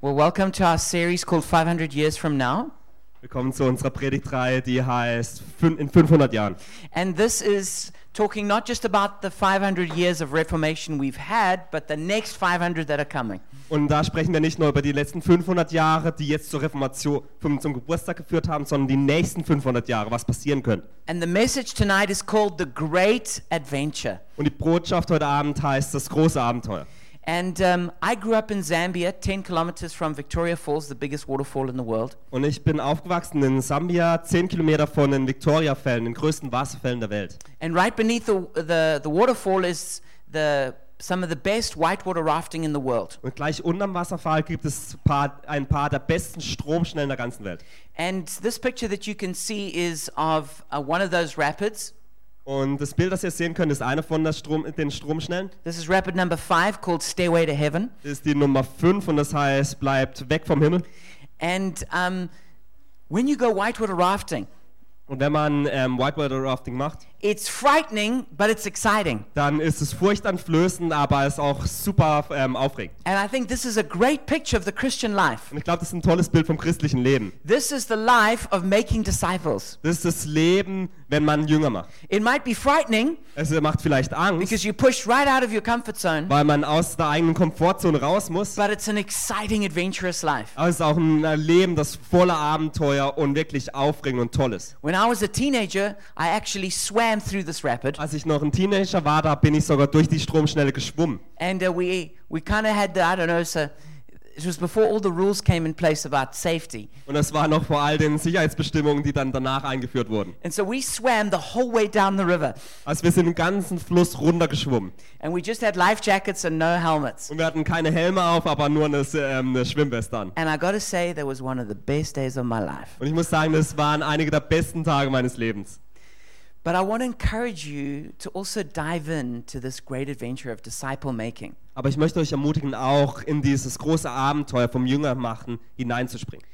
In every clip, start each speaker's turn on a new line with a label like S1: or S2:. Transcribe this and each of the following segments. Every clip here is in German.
S1: Well, welcome to our series called 500 Years From Now.
S2: Willkommen zu unserer Predigtreihe, die heißt Fün- in 500 Jahren.
S1: And this is talking not just about the 500 years of Reformation we've had, but the next 500 that are coming.
S2: Und da sprechen wir nicht nur über die letzten 500 Jahre, die jetzt zur Reformation zum, zum Geburtstag geführt haben, sondern die nächsten 500 Jahre, was passieren könnte.
S1: And the message tonight is called The Great Adventure.
S2: Und die Botschaft heute Abend heißt das große Abenteuer.
S1: And um, I grew up in Zambia, 10 kilometers from Victoria Falls, the biggest waterfall in the world.
S2: Und ich bin aufgewachsen in Sambia, 10 Kilometer von den Victoria-Fällen, den größten Wasserfällen der Welt.
S1: And right beneath the, the, the waterfall is the, some of the best whitewater rafting in the world.
S2: Und gleich unterm Wasserfall gibt es paar, ein paar der besten Stromschnellen der ganzen Welt.
S1: And this picture that you can see is of uh, one of those rapids.
S2: Und das Bild, das ihr sehen könnt, ist einer von der Strom, den Stromschnellen.
S1: This is rapid number five called Stairway to Heaven.
S2: Das ist die Nummer 5 und das heißt, bleibt weg vom Himmel.
S1: And um, when you go whitewater rafting,
S2: Und wenn man ähm, Whitewater Rafting macht,
S1: it's frightening, but it's exciting.
S2: dann ist es furchtanflößend, aber es ist auch super ähm, aufregend.
S1: And I think this is a great picture of the Christian life.
S2: Und ich glaube, das ist ein tolles Bild vom christlichen Leben.
S1: This is the life of making disciples.
S2: Das ist das Leben, wenn man Jünger macht.
S1: It might be frightening
S2: Es macht vielleicht Angst,
S1: because you're pushed right out of your comfort zone,
S2: weil man aus der eigenen Komfortzone raus muss.
S1: but it's an exciting, adventurous life.
S2: Aber es ist auch ein Leben, das voller Abenteuer und wirklich aufregend und toll ist.
S1: When I was a teenager, I actually swam through this rapid,
S2: Als ich noch ein Teenager war, da bin ich sogar durch die Stromschnelle geschwommen.
S1: and uh, we we kind of had the, I don't know, so it was before all the rules came in place about safety.
S2: Und das war noch vor all den Sicherheitsbestimmungen, die dann danach eingeführt wurden.
S1: And so we swam the whole way down the river.
S2: Also wir sind im ganzen Fluss runtergeschwommen.
S1: And we just had life jackets and no helmets.
S2: Und wir hatten keine Helme auf, aber nur eine, ähm, eine Schwimmweste an.
S1: And I got to say, that was one of the best days of my life.
S2: Und ich muss sagen, das waren einige der besten Tage meines Lebens.
S1: But I want to encourage you to also dive into this great adventure of disciple making.
S2: Aber ich möchte euch ermutigen, auch in dieses große Abenteuer vom Jüngermachen hineinzuspringen.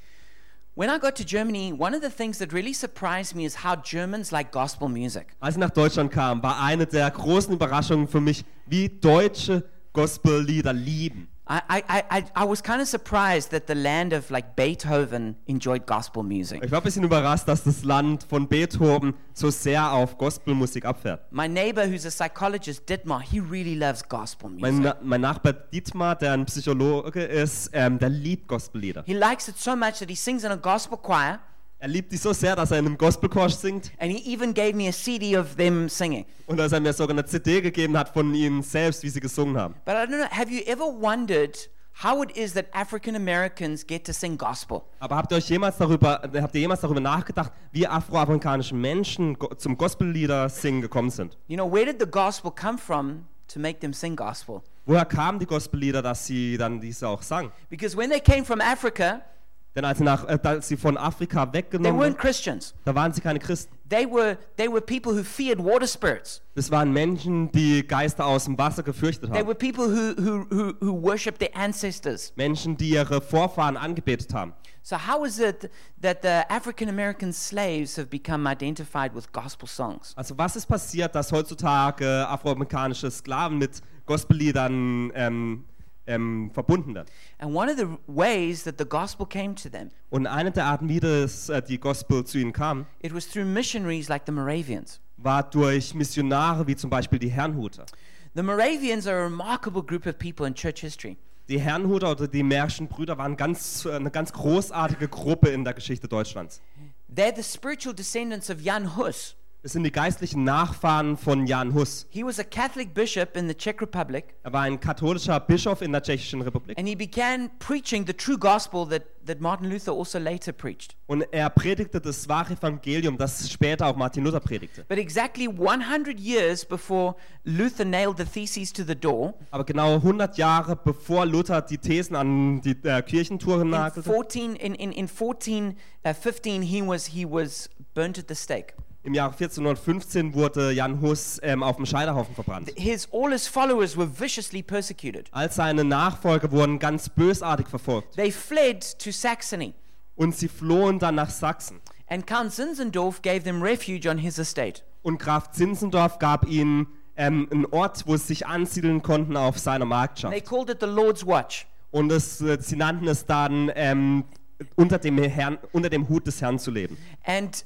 S1: When I got to Germany, one of the things that really surprised me is how Germans like gospel music.
S2: Als ich nach Deutschland kam, war eine der großen Überraschungen für mich, wie deutsche Gospellieder lieben.
S1: I, I, I- I, I was kind of surprised that the land of like Beethoven enjoyed gospel music.
S2: Ich war ein bisschen überrascht, dass das Land von Beethoven so sehr auf Gospelmusik abfährt.
S1: My neighbor, who's a psychologist, Dietmar, he really loves gospel
S2: Mein,
S1: music.
S2: Na mein Nachbar Dietmar, der ein Psychologe ist, ähm, der liebt Gospellieder.
S1: He likes it so much that he sings in a gospel choir.
S2: Er liebt die so sehr, dass er in einem Gospelchor singt
S1: And he even gave me a CD of them singing.
S2: und dass er mir sogar eine CD gegeben hat von ihnen selbst, wie sie gesungen haben.
S1: But I don't know, have you ever wondered how it is that African Americans get to sing gospel?
S2: Aber habt ihr euch jemals darüber, habt ihr jemals darüber nachgedacht, wie afroamerikanische Menschen go zum Gospellieder singen gekommen sind?
S1: You know, where did the gospel come from to make them sing gospel?
S2: Woher kamen die Gospellieder, dass sie dann diese auch sangen?
S1: Because when they came from Africa,
S2: Denn als sie, nach, äh, als sie von Afrika
S1: they
S2: weggenommen
S1: weren't
S2: wurden,
S1: Christians.
S2: da waren sie keine Christen.
S1: They were, they were people who feared water spirits.
S2: Das waren Menschen, die Geister aus dem Wasser gefürchtet
S1: They
S2: haben.
S1: were people who, who, who, who worshiped their ancestors.
S2: Menschen, die ihre Vorfahren angebetet haben.
S1: So, how is it that the African American slaves have become identified with gospel songs?
S2: Also was ist passiert, dass heutzutage afroamerikanische Sklaven mit Gospelliedern ähm, ähm, verbunden werden?
S1: And one of the ways that the gospel came to them
S2: Und eine der Arten, wie das, äh, die Gospel zu ihnen kam,
S1: It was through missionaries like the Moravians.
S2: war durch Missionare wie zum Beispiel die Herrnhuter.
S1: The Moravians are a remarkable group of people in church history.
S2: Die Herrnhuter oder die Märischen Brüder waren ganz, äh, eine ganz großartige Gruppe in der Geschichte Deutschlands.
S1: They're the spiritual descendants of Jan Hus.
S2: Es sind die geistlichen Nachfahren von Jan Hus.
S1: He was a Catholic bishop in the Czech Republic,
S2: Er war ein katholischer Bischof in der Tschechischen Republik
S1: and he began preaching the true gospel that, that Martin Luther also later preached.
S2: und er predigte das wahre Evangelium, das später auch Martin Luther predigte.
S1: But exactly 100 years before Luther nailed the theses to the door,
S2: Aber genau 100 Jahre bevor Luther die Thesen an die äh, Kirchentore
S1: in
S2: nagelte,
S1: 14, in, in, in 14, uh, 15, he was, he was burnt at the stake.
S2: im Jahre 1415 wurde Jan Hus ähm, auf dem Scheiterhaufen verbrannt.
S1: His, all his followers were viciously persecuted.
S2: Als seine Nachfolger wurden ganz bösartig verfolgt
S1: They fled to Saxony.
S2: und sie flohen dann nach Sachsen.
S1: And Count Zinzendorf gave them refuge on his estate.
S2: Und Graf Zinzendorf gab ihnen ähm, einen Ort, wo sie sich ansiedeln konnten auf seiner
S1: They
S2: Marktschaft.
S1: called it the Lord's Watch.
S2: Und es, äh, sie nannten es dann ähm, unter, dem Herrn, unter dem Hut des Herrn zu leben.
S1: And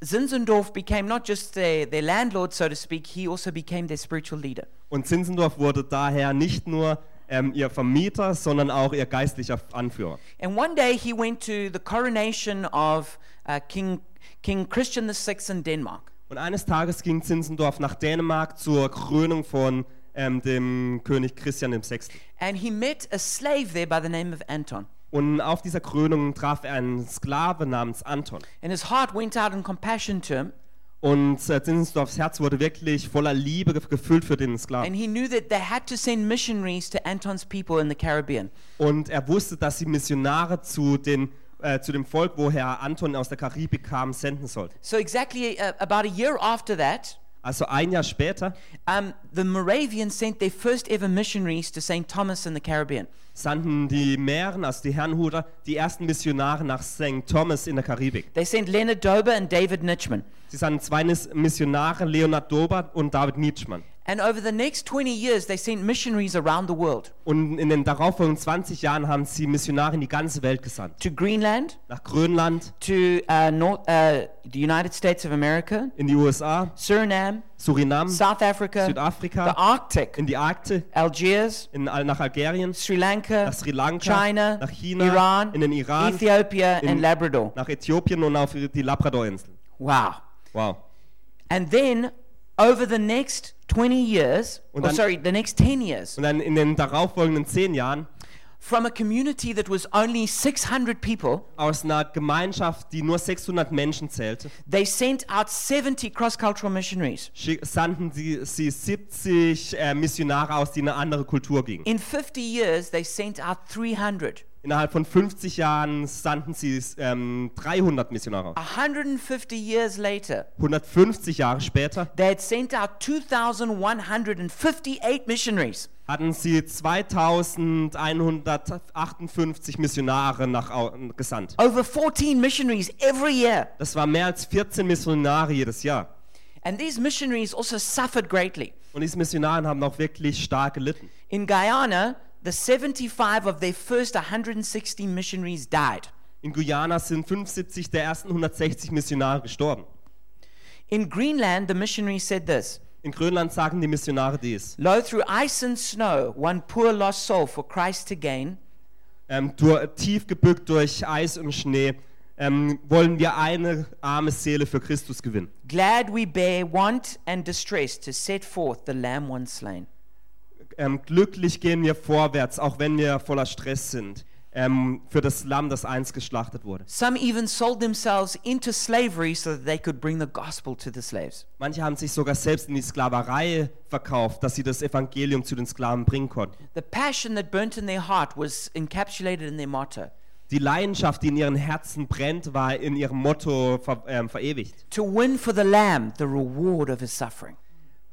S1: Zinzendorf became not just their, their landlord, so to speak, he also became their spiritual leader.
S2: Und Zinzendorf wurde daher nicht nur ähm, ihr Vermieter, sondern auch ihr geistlicher Anführer.
S1: And one day he went to the coronation of uh, King, King Christian VI in Denmark.
S2: Und eines Tages ging Zinzendorf nach Dänemark zur Krönung von ähm, dem König Christian VI.
S1: And he met a slave there by the name of Anton.
S2: Und auf dieser Krönung traf er einen Sklave namens Anton.
S1: And his heart went out in compassion to him.
S2: Und äh, Zinzendorfs Herz wurde wirklich voller Liebe ge- gefüllt für den
S1: And
S2: Sklaven.
S1: he knew that they had to send missionaries to Anton's people in the Caribbean.
S2: Und er wusste, dass sie Missionare zu, den, äh, zu dem Volk, woher Anton aus der Karibik kam, senden sollten.
S1: So, exactly uh, about a year after that,
S2: Also ein Jahr später
S1: um, the Moravians sent their first ever missionaries to St. Thomas in the Caribbean.
S2: sandten die Mähren, also die Herrenhuter, die ersten Missionare nach St. Thomas in der Karibik.
S1: They sent Leonard Dober and David Nitschman.
S2: Sie sandten zwei Nis- Missionare, Leonard Dobert und David Nietzschmann.
S1: And over the next 20 years, they sent missionaries around the world
S2: Und in den darauffolgenden 20 Jahren haben sie Missionare in die ganze Welt gesandt.
S1: to Greenland,
S2: Nach Grönland,
S1: to uh, North, uh, the United States of America,
S2: in die USA,
S1: Suriname,
S2: Surinam,
S1: South Africa, the
S2: Südafrika,
S1: Arctic,
S2: Mm. in die Arktis,
S1: Algiers,
S2: in, Al- nach Algerien,
S1: Sri Lanka,
S2: nach Sri Lanka,
S1: China,
S2: nach China,
S1: Iran,
S2: in den Iran,
S1: Ethiopia,
S2: in-
S1: and Labrador.
S2: nach Äthiopien und auf die Labradorinseln.
S1: Wow.
S2: Wow.
S1: And then over the next 20 years,
S2: Und
S1: or
S2: dann-
S1: sorry, the next 10 years,
S2: Und dann in den darauffolgenden 10 Jahren
S1: from a community that was only 600 people,
S2: aus einer Gemeinschaft, die nur 600 Menschen zählte,
S1: they sent out 70 cross cultural missionaries.
S2: schick- sandten sie, sie 70 äh, Missionare aus, die in eine andere Kultur gingen.
S1: In 50 years, they sent out 300.
S2: Innerhalb von 50 Jahren sandten sie ähm, 300 Missionare aus.
S1: 150 years later,
S2: 150 Jahre später
S1: they had sent out 2,158 missionaries.
S2: hatten sie 2158 Missionare nach, au- gesandt.
S1: Over 14 missionaries every year.
S2: Das war mehr als 14 Missionare jedes Jahr.
S1: And these missionaries also suffered greatly.
S2: Und diese Missionare haben auch wirklich stark gelitten.
S1: In Guyana, the 75 of their first 160 missionaries died.
S2: In Guyana sind 75 der ersten 160 Missionare gestorben.
S1: In Greenland, the missionaries said this
S2: In Grönland sagen die Missionare dies.
S1: Lo, through ice and snow, one poor lost soul for Christ to gain.
S2: Ähm, du, tief gebückt durch Eis und Schnee ähm, wollen wir eine arme Seele für Christus gewinnen.
S1: Glad we bear want and distress to set forth the lamb once slain.
S2: Ähm, glücklich gehen wir vorwärts, auch wenn wir voller Stress sind, ähm, für das Lamm, das einst geschlachtet wurde.
S1: Some even sold themselves into slavery so that they could bring the gospel to the slaves.
S2: Manche haben sich sogar selbst in die Sklaverei verkauft, dass sie das Evangelium zu den Sklaven bringen konnten.
S1: The passion that burnt in their heart was encapsulated in their motto
S2: Die Leidenschaft, die in ihren Herzen brennt, war in ihrem Motto ver ähm, verewigt.
S1: to win for the lamb the reward of his suffering.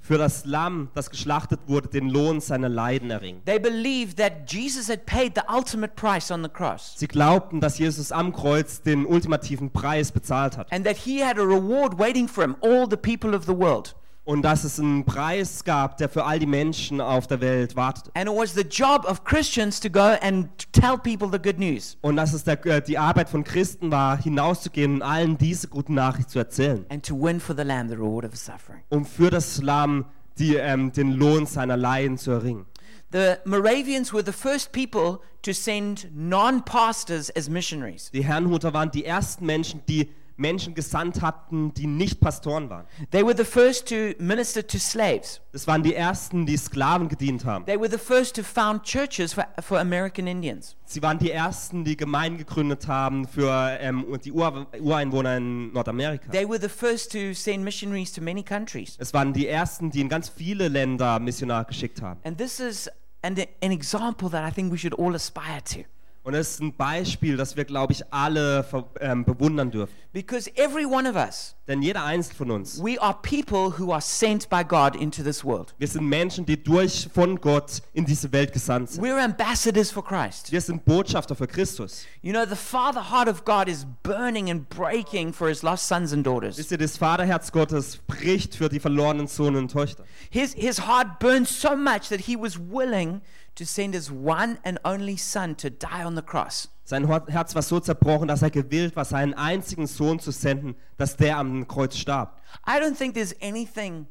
S2: Für das Lamm, das geschlachtet wurde, den Lohn seiner Leiden erringen.
S1: They believed that Jesus had paid the ultimate price on the cross
S2: Sie glaubten, dass Jesus am Kreuz den ultimativen Preis bezahlt hat
S1: and that he had a reward waiting for him, all the people of the world.
S2: und dass es einen Preis gab, der für all die Menschen auf der Welt wartete.
S1: And it was the job of Christians to go and to tell people the good news.
S2: Und dass es der, äh, die Arbeit von Christen war, hinauszugehen und allen diese gute Nachricht zu erzählen,
S1: and to win for the lamb the reward of his suffering.
S2: um für das Lamm die, ähm, den Lohn seiner Leiden zu erringen.
S1: The Moravians were the first people to send non pastors as missionaries.
S2: Die Herrenhuter waren die ersten Menschen, die Menschen gesandt hatten, die nicht Pastoren waren.
S1: They were the first to minister to slaves.
S2: Das waren die ersten, die Sklaven gedient haben.
S1: They were the first to found churches for, for American Indians.
S2: Sie waren die ersten, die Gemeinden gegründet haben für ähm, und die Ur Ureinwohner in Nordamerika.
S1: They were the first to send missionaries to many countries.
S2: Es waren die ersten, die in ganz viele Länder Missionare geschickt haben.
S1: And this is an, an example that I think we should all aspire to.
S2: Und das ist ein Beispiel, das wir, glaube ich, alle ver- ähm, bewundern dürfen.
S1: Because every one of us,
S2: Denn jeder Einzelne von uns,
S1: we are people who are sent by God into this world.
S2: wir sind Menschen, die durch von Gott in diese Welt gesandt sind.
S1: We're ambassadors for Christ.
S2: Wir sind Botschafter für Christus.
S1: You know, the Father heart of God is burning and breaking for his lost sons and daughters.
S2: Wisst ihr, das Vaterherz Gottes bricht für die verlorenen Söhne und Töchter.
S1: His, his heart burned so much that he was willing to to send his one and only son to die on the cross.
S2: Sein Hor- Herz war so zerbrochen, dass er gewillt war, seinen einzigen Sohn zu senden, dass der am Kreuz starb.
S1: I don't think there's anything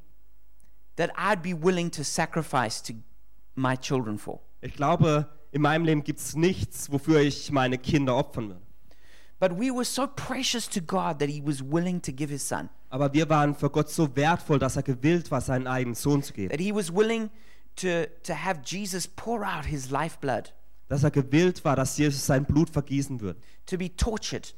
S1: that I'd be willing to sacrifice to my children for.
S2: Ich glaube, in meinem Leben gibt es nichts, wofür ich meine Kinder opfern würde.
S1: But we were so precious to God that he was willing to give his son,
S2: Aber wir waren für Gott so wertvoll, dass er gewillt war, seinen eigenen Sohn zu geben.
S1: that he was willing to, to have Jesus pour out his lifeblood,
S2: Dass er gewillt war, dass Jesus sein Blut vergießen wird,
S1: to be tortured,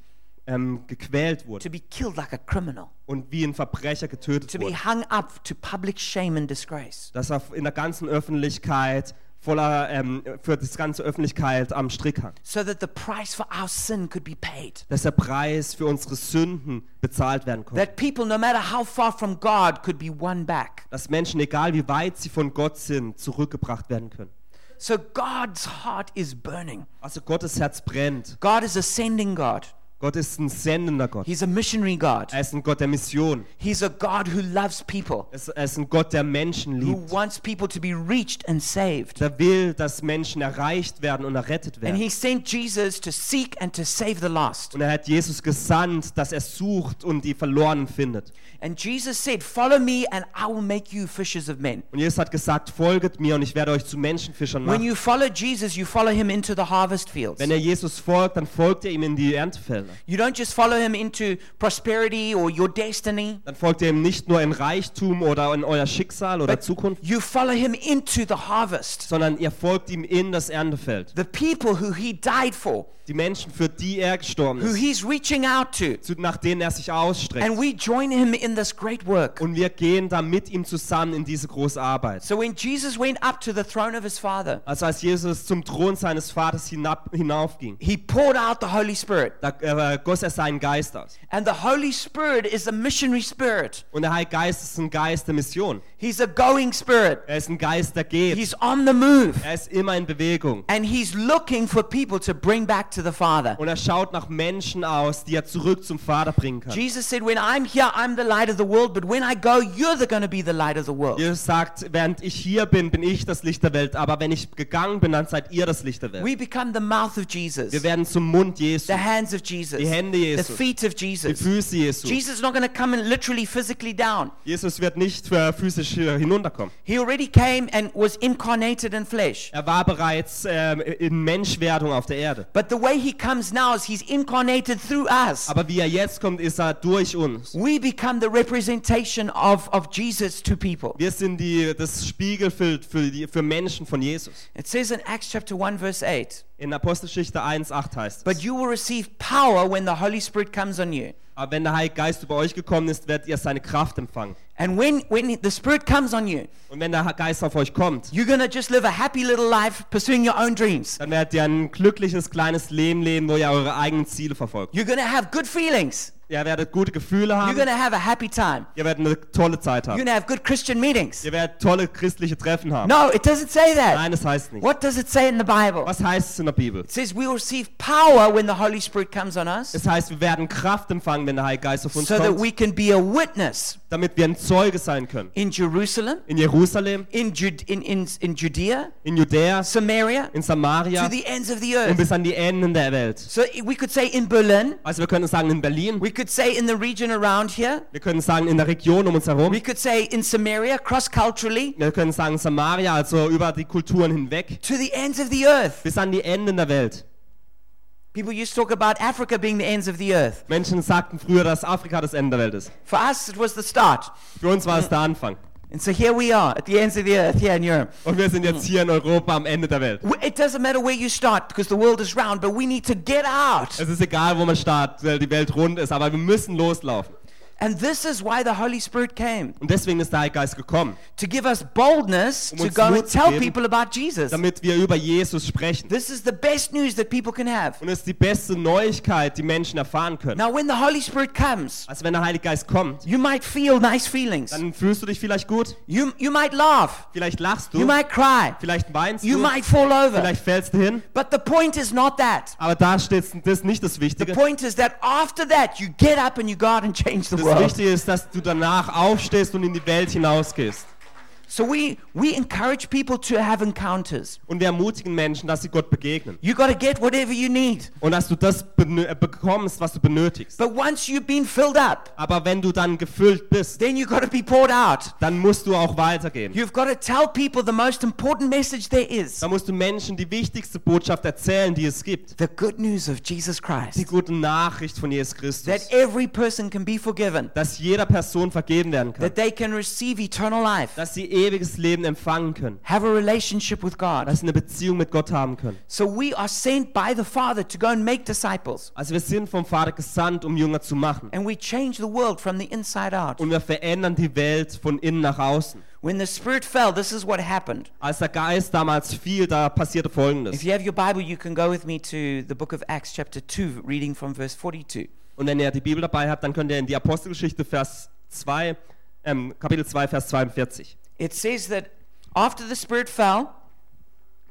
S2: ähm, gequält wurde
S1: to be killed like a criminal,
S2: und wie ein Verbrecher getötet
S1: to be
S2: wurde.
S1: hung up to public shame and disgrace.
S2: Dass er in der ganzen Öffentlichkeit voller ähm, für die ganze Öffentlichkeit am Strick hang.
S1: so that the price for our sin could be paid.
S2: Dass der Preis für unsere Sünden bezahlt werden konnte.
S1: That people, no matter how far from God, could be won back.
S2: dass Menschen, egal wie weit sie von Gott sind, zurückgebracht werden können.
S1: So God's heart is burning.
S2: Also Gottes Herz brennt.
S1: God is a sending God.
S2: Gott ist ein sendender Gott.
S1: He's a missionary God.
S2: Er ist ein Gott der Mission.
S1: He's a God who loves people,
S2: Er ist- Er ist ein Gott, der Menschen
S1: who
S2: liebt.
S1: wants people to be reached and saved.
S2: Der will, dass Menschen erreicht werden und errettet
S1: And
S2: werden.
S1: he sent Jesus to seek and to save the lost.
S2: Und er hat Jesus gesandt, dass er sucht und die Verlorenen findet.
S1: And Jesus said, Follow me and I will make you fishers of men.
S2: Und Jesus hat gesagt, folget mir und ich werde euch zu Menschenfischern
S1: When
S2: machen.
S1: you follow Jesus, you follow him into the harvest fields.
S2: Wenn ihr Jesus folgt, dann folgt ihr ihm in die Erntefelder.
S1: You don't just follow him into prosperity or your destiny.
S2: Dann folgt ihr ihm nicht nur in Reichtum oder in euer Schicksal oder
S1: But
S2: Zukunft,
S1: You follow him into the harvest.
S2: sondern ihr folgt ihm in das Erntefeld.
S1: The people who he died for,
S2: die Menschen, für die er gestorben
S1: who
S2: ist,
S1: he's reaching out to.
S2: zu, nach denen er sich ausstreckt.
S1: And we join him in this great work.
S2: Und wir gehen da mit ihm zusammen in diese große Arbeit.
S1: So when Jesus went up to the throne of his Father,
S2: Also als Jesus zum Thron seines Vaters hinab, hinaufging,
S1: he poured out the Holy Spirit.
S2: da äh, goss er seinen Geist aus.
S1: And the Holy Spirit is a missionary spirit.
S2: Und der Heilige Geist ist ein Geist der Mission.
S1: He's a going spirit.
S2: Er ist ein Geist, der geht.
S1: He's on the move.
S2: Er ist immer in Bewegung.
S1: And he's looking for people to bring back to the Father.
S2: Und er schaut nach Menschen aus, die er zurück zum Vater bringen kann.
S1: Jesus said, When I'm here, I'm the light of the world. But when I go, you're the going to be the light of the world.
S2: Jesus sagt, während ich hier bin, bin ich das Licht der Welt. Aber wenn ich gegangen bin, dann seid ihr das Licht der Welt.
S1: We become the mouth of Jesus.
S2: Wir werden zum Mund Jesu,
S1: The hands of Jesus.
S2: Die Hände
S1: The
S2: Jesu.
S1: feet of
S2: die
S1: Jesus.
S2: Füße Jesu.
S1: Jesus is not going to come and literally physically down.
S2: Jesus wird nicht äh, physisch hier hinunterkommen.
S1: He already came and was incarnated in flesh.
S2: Er war bereits ähm, in Menschwerdung auf der Erde.
S1: But the way he comes now is he's incarnated through us.
S2: Aber wie er jetzt kommt, ist er durch uns.
S1: We become the representation of, of Jesus to people.
S2: Wir sind die, das Spiegelbild für, die, für Menschen von Jesus.
S1: It says in Acts chapter 1 verse 8,
S2: In Apostelgeschichte 1,8 heißt es,
S1: But you will receive power when the Holy Spirit comes on you.
S2: aber wenn der Heilige Geist über euch gekommen ist, werdet ihr seine Kraft empfangen.
S1: And when, when the Spirit comes on you,
S2: Und wenn der Geist auf euch kommt,
S1: you're going to just live a happy little life pursuing your own dreams.
S2: dann werdet ihr ein glückliches kleines Leben leben, wo ihr eure eigenen Ziele verfolgt.
S1: You're going to have good feelings.
S2: Ihr werdet gute Gefühle
S1: You're
S2: haben,
S1: going to have a happy time.
S2: ihr werdet eine tolle Zeit
S1: You're
S2: haben,
S1: going to have good Christian meetings.
S2: ihr werdet tolle christliche Treffen haben.
S1: No, it doesn't say that.
S2: Nein, das heißt nicht.
S1: What does it say in the Bible? It
S2: Was heißt es in der Bibel?
S1: says we will receive power when the Holy Spirit comes on us
S2: Das heißt, wir werden Kraft empfangen, wenn der Heilige Geist auf uns
S1: so that
S2: kommt,
S1: we can be a witness
S2: damit wir ein Zeuge sein können.
S1: in Jerusalem,
S2: In Jerusalem,
S1: in, Jud- in, in, in Judea,
S2: in Judäa,
S1: Samaria,
S2: in
S1: to
S2: Samaria
S1: the ends of the
S2: und
S1: earth.
S2: bis an die Enden der Welt.
S1: So i- we could say in Berlin,
S2: Also wir können sagen in Berlin,
S1: we could say in the region around here,
S2: wir können sagen in der Region um uns herum,
S1: we could say in Samaria, cross culturally,
S2: wir können sagen Samaria, also über die Kulturen hinweg,
S1: to the ends of the earth.
S2: bis an die Enden der Welt.
S1: People used to talk about Africa being the ends of the earth.
S2: Menschen sagten früher, dass Afrika das Ende der Welt ist.
S1: For us, it was the start.
S2: Für uns war es der Anfang.
S1: And so here we are at the ends of the earth here in Europe.
S2: Und wir sind jetzt hier in Europa am Ende der Welt.
S1: W- It doesn't matter where you start because the world is round, but we need to get out.
S2: Es ist egal, wo man startet, weil die Welt rund ist, aber wir müssen loslaufen.
S1: And this is why the Holy Spirit came
S2: Und deswegen ist der Heilige Geist gekommen.
S1: to give us boldness
S2: Um
S1: to
S2: uns
S1: go
S2: Mut
S1: and
S2: zu
S1: tell
S2: geben.
S1: people about Jesus.
S2: damit wir über Jesus sprechen.
S1: This is the best news that people can have.
S2: Und es ist die beste Neuigkeit, die Menschen erfahren können.
S1: Now, when the Holy Spirit comes,
S2: Also wenn der Heilige Geist kommt,
S1: you might feel nice feelings.
S2: dann fühlst du dich vielleicht gut,
S1: You, you might laugh.
S2: vielleicht lachst
S1: You
S2: du,
S1: might cry.
S2: vielleicht weinst
S1: You
S2: du,
S1: might fall over.
S2: vielleicht fällst du hin.
S1: But the point is not that.
S2: Aber da steht das ist nicht das
S1: The
S2: Wichtige.
S1: point is that after that, you get up and you go out and change the
S2: Das
S1: world.
S2: Wichtige ist, dass du danach aufstehst und in die Welt hinausgehst.
S1: So we, we encourage people to have encounters.
S2: Und wir ermutigen Menschen, dass sie Gott begegnen.
S1: You got to get whatever you need.
S2: Und dass du das benö- äh, bekommst, was du benötigst.
S1: But once you've been filled up,
S2: Aber wenn du dann gefüllt bist,
S1: then you got to be poured out.
S2: dann musst du auch weitergehen.
S1: You've got to tell people the most important message there is
S2: Da musst du Menschen die wichtigste Botschaft erzählen, die es gibt.
S1: the good news of Jesus
S2: Die
S1: Christ.
S2: gute Nachricht von Jesus Christus.
S1: That e- every person can be forgiven,
S2: Dass jeder Person vergeben werden kann.
S1: that they can receive eternal life,
S2: Dass sie ewiges Leben empfangen können.
S1: have a relationship with God.
S2: Dass sie eine Beziehung mit Gott haben können.
S1: So we are sent by the Father to go and make disciples.
S2: Also wir sind vom Vater gesandt, um Jünger zu machen.
S1: And we change the world from the inside out.
S2: Und wir verändern die Welt von innen nach außen.
S1: When the Spirit fell, this is what happened.
S2: Als der Geist damals fiel, da passierte
S1: If
S2: Folgendes.
S1: you have your Bible, you can go with me to the book of Acts, chapter 2, reading from verse 42.
S2: Und wenn ihr die Bibel dabei habt, dann könnt ihr in die Apostelgeschichte Vers 2, ähm, Kapitel 2, Vers 42.
S1: It says that after the Spirit fell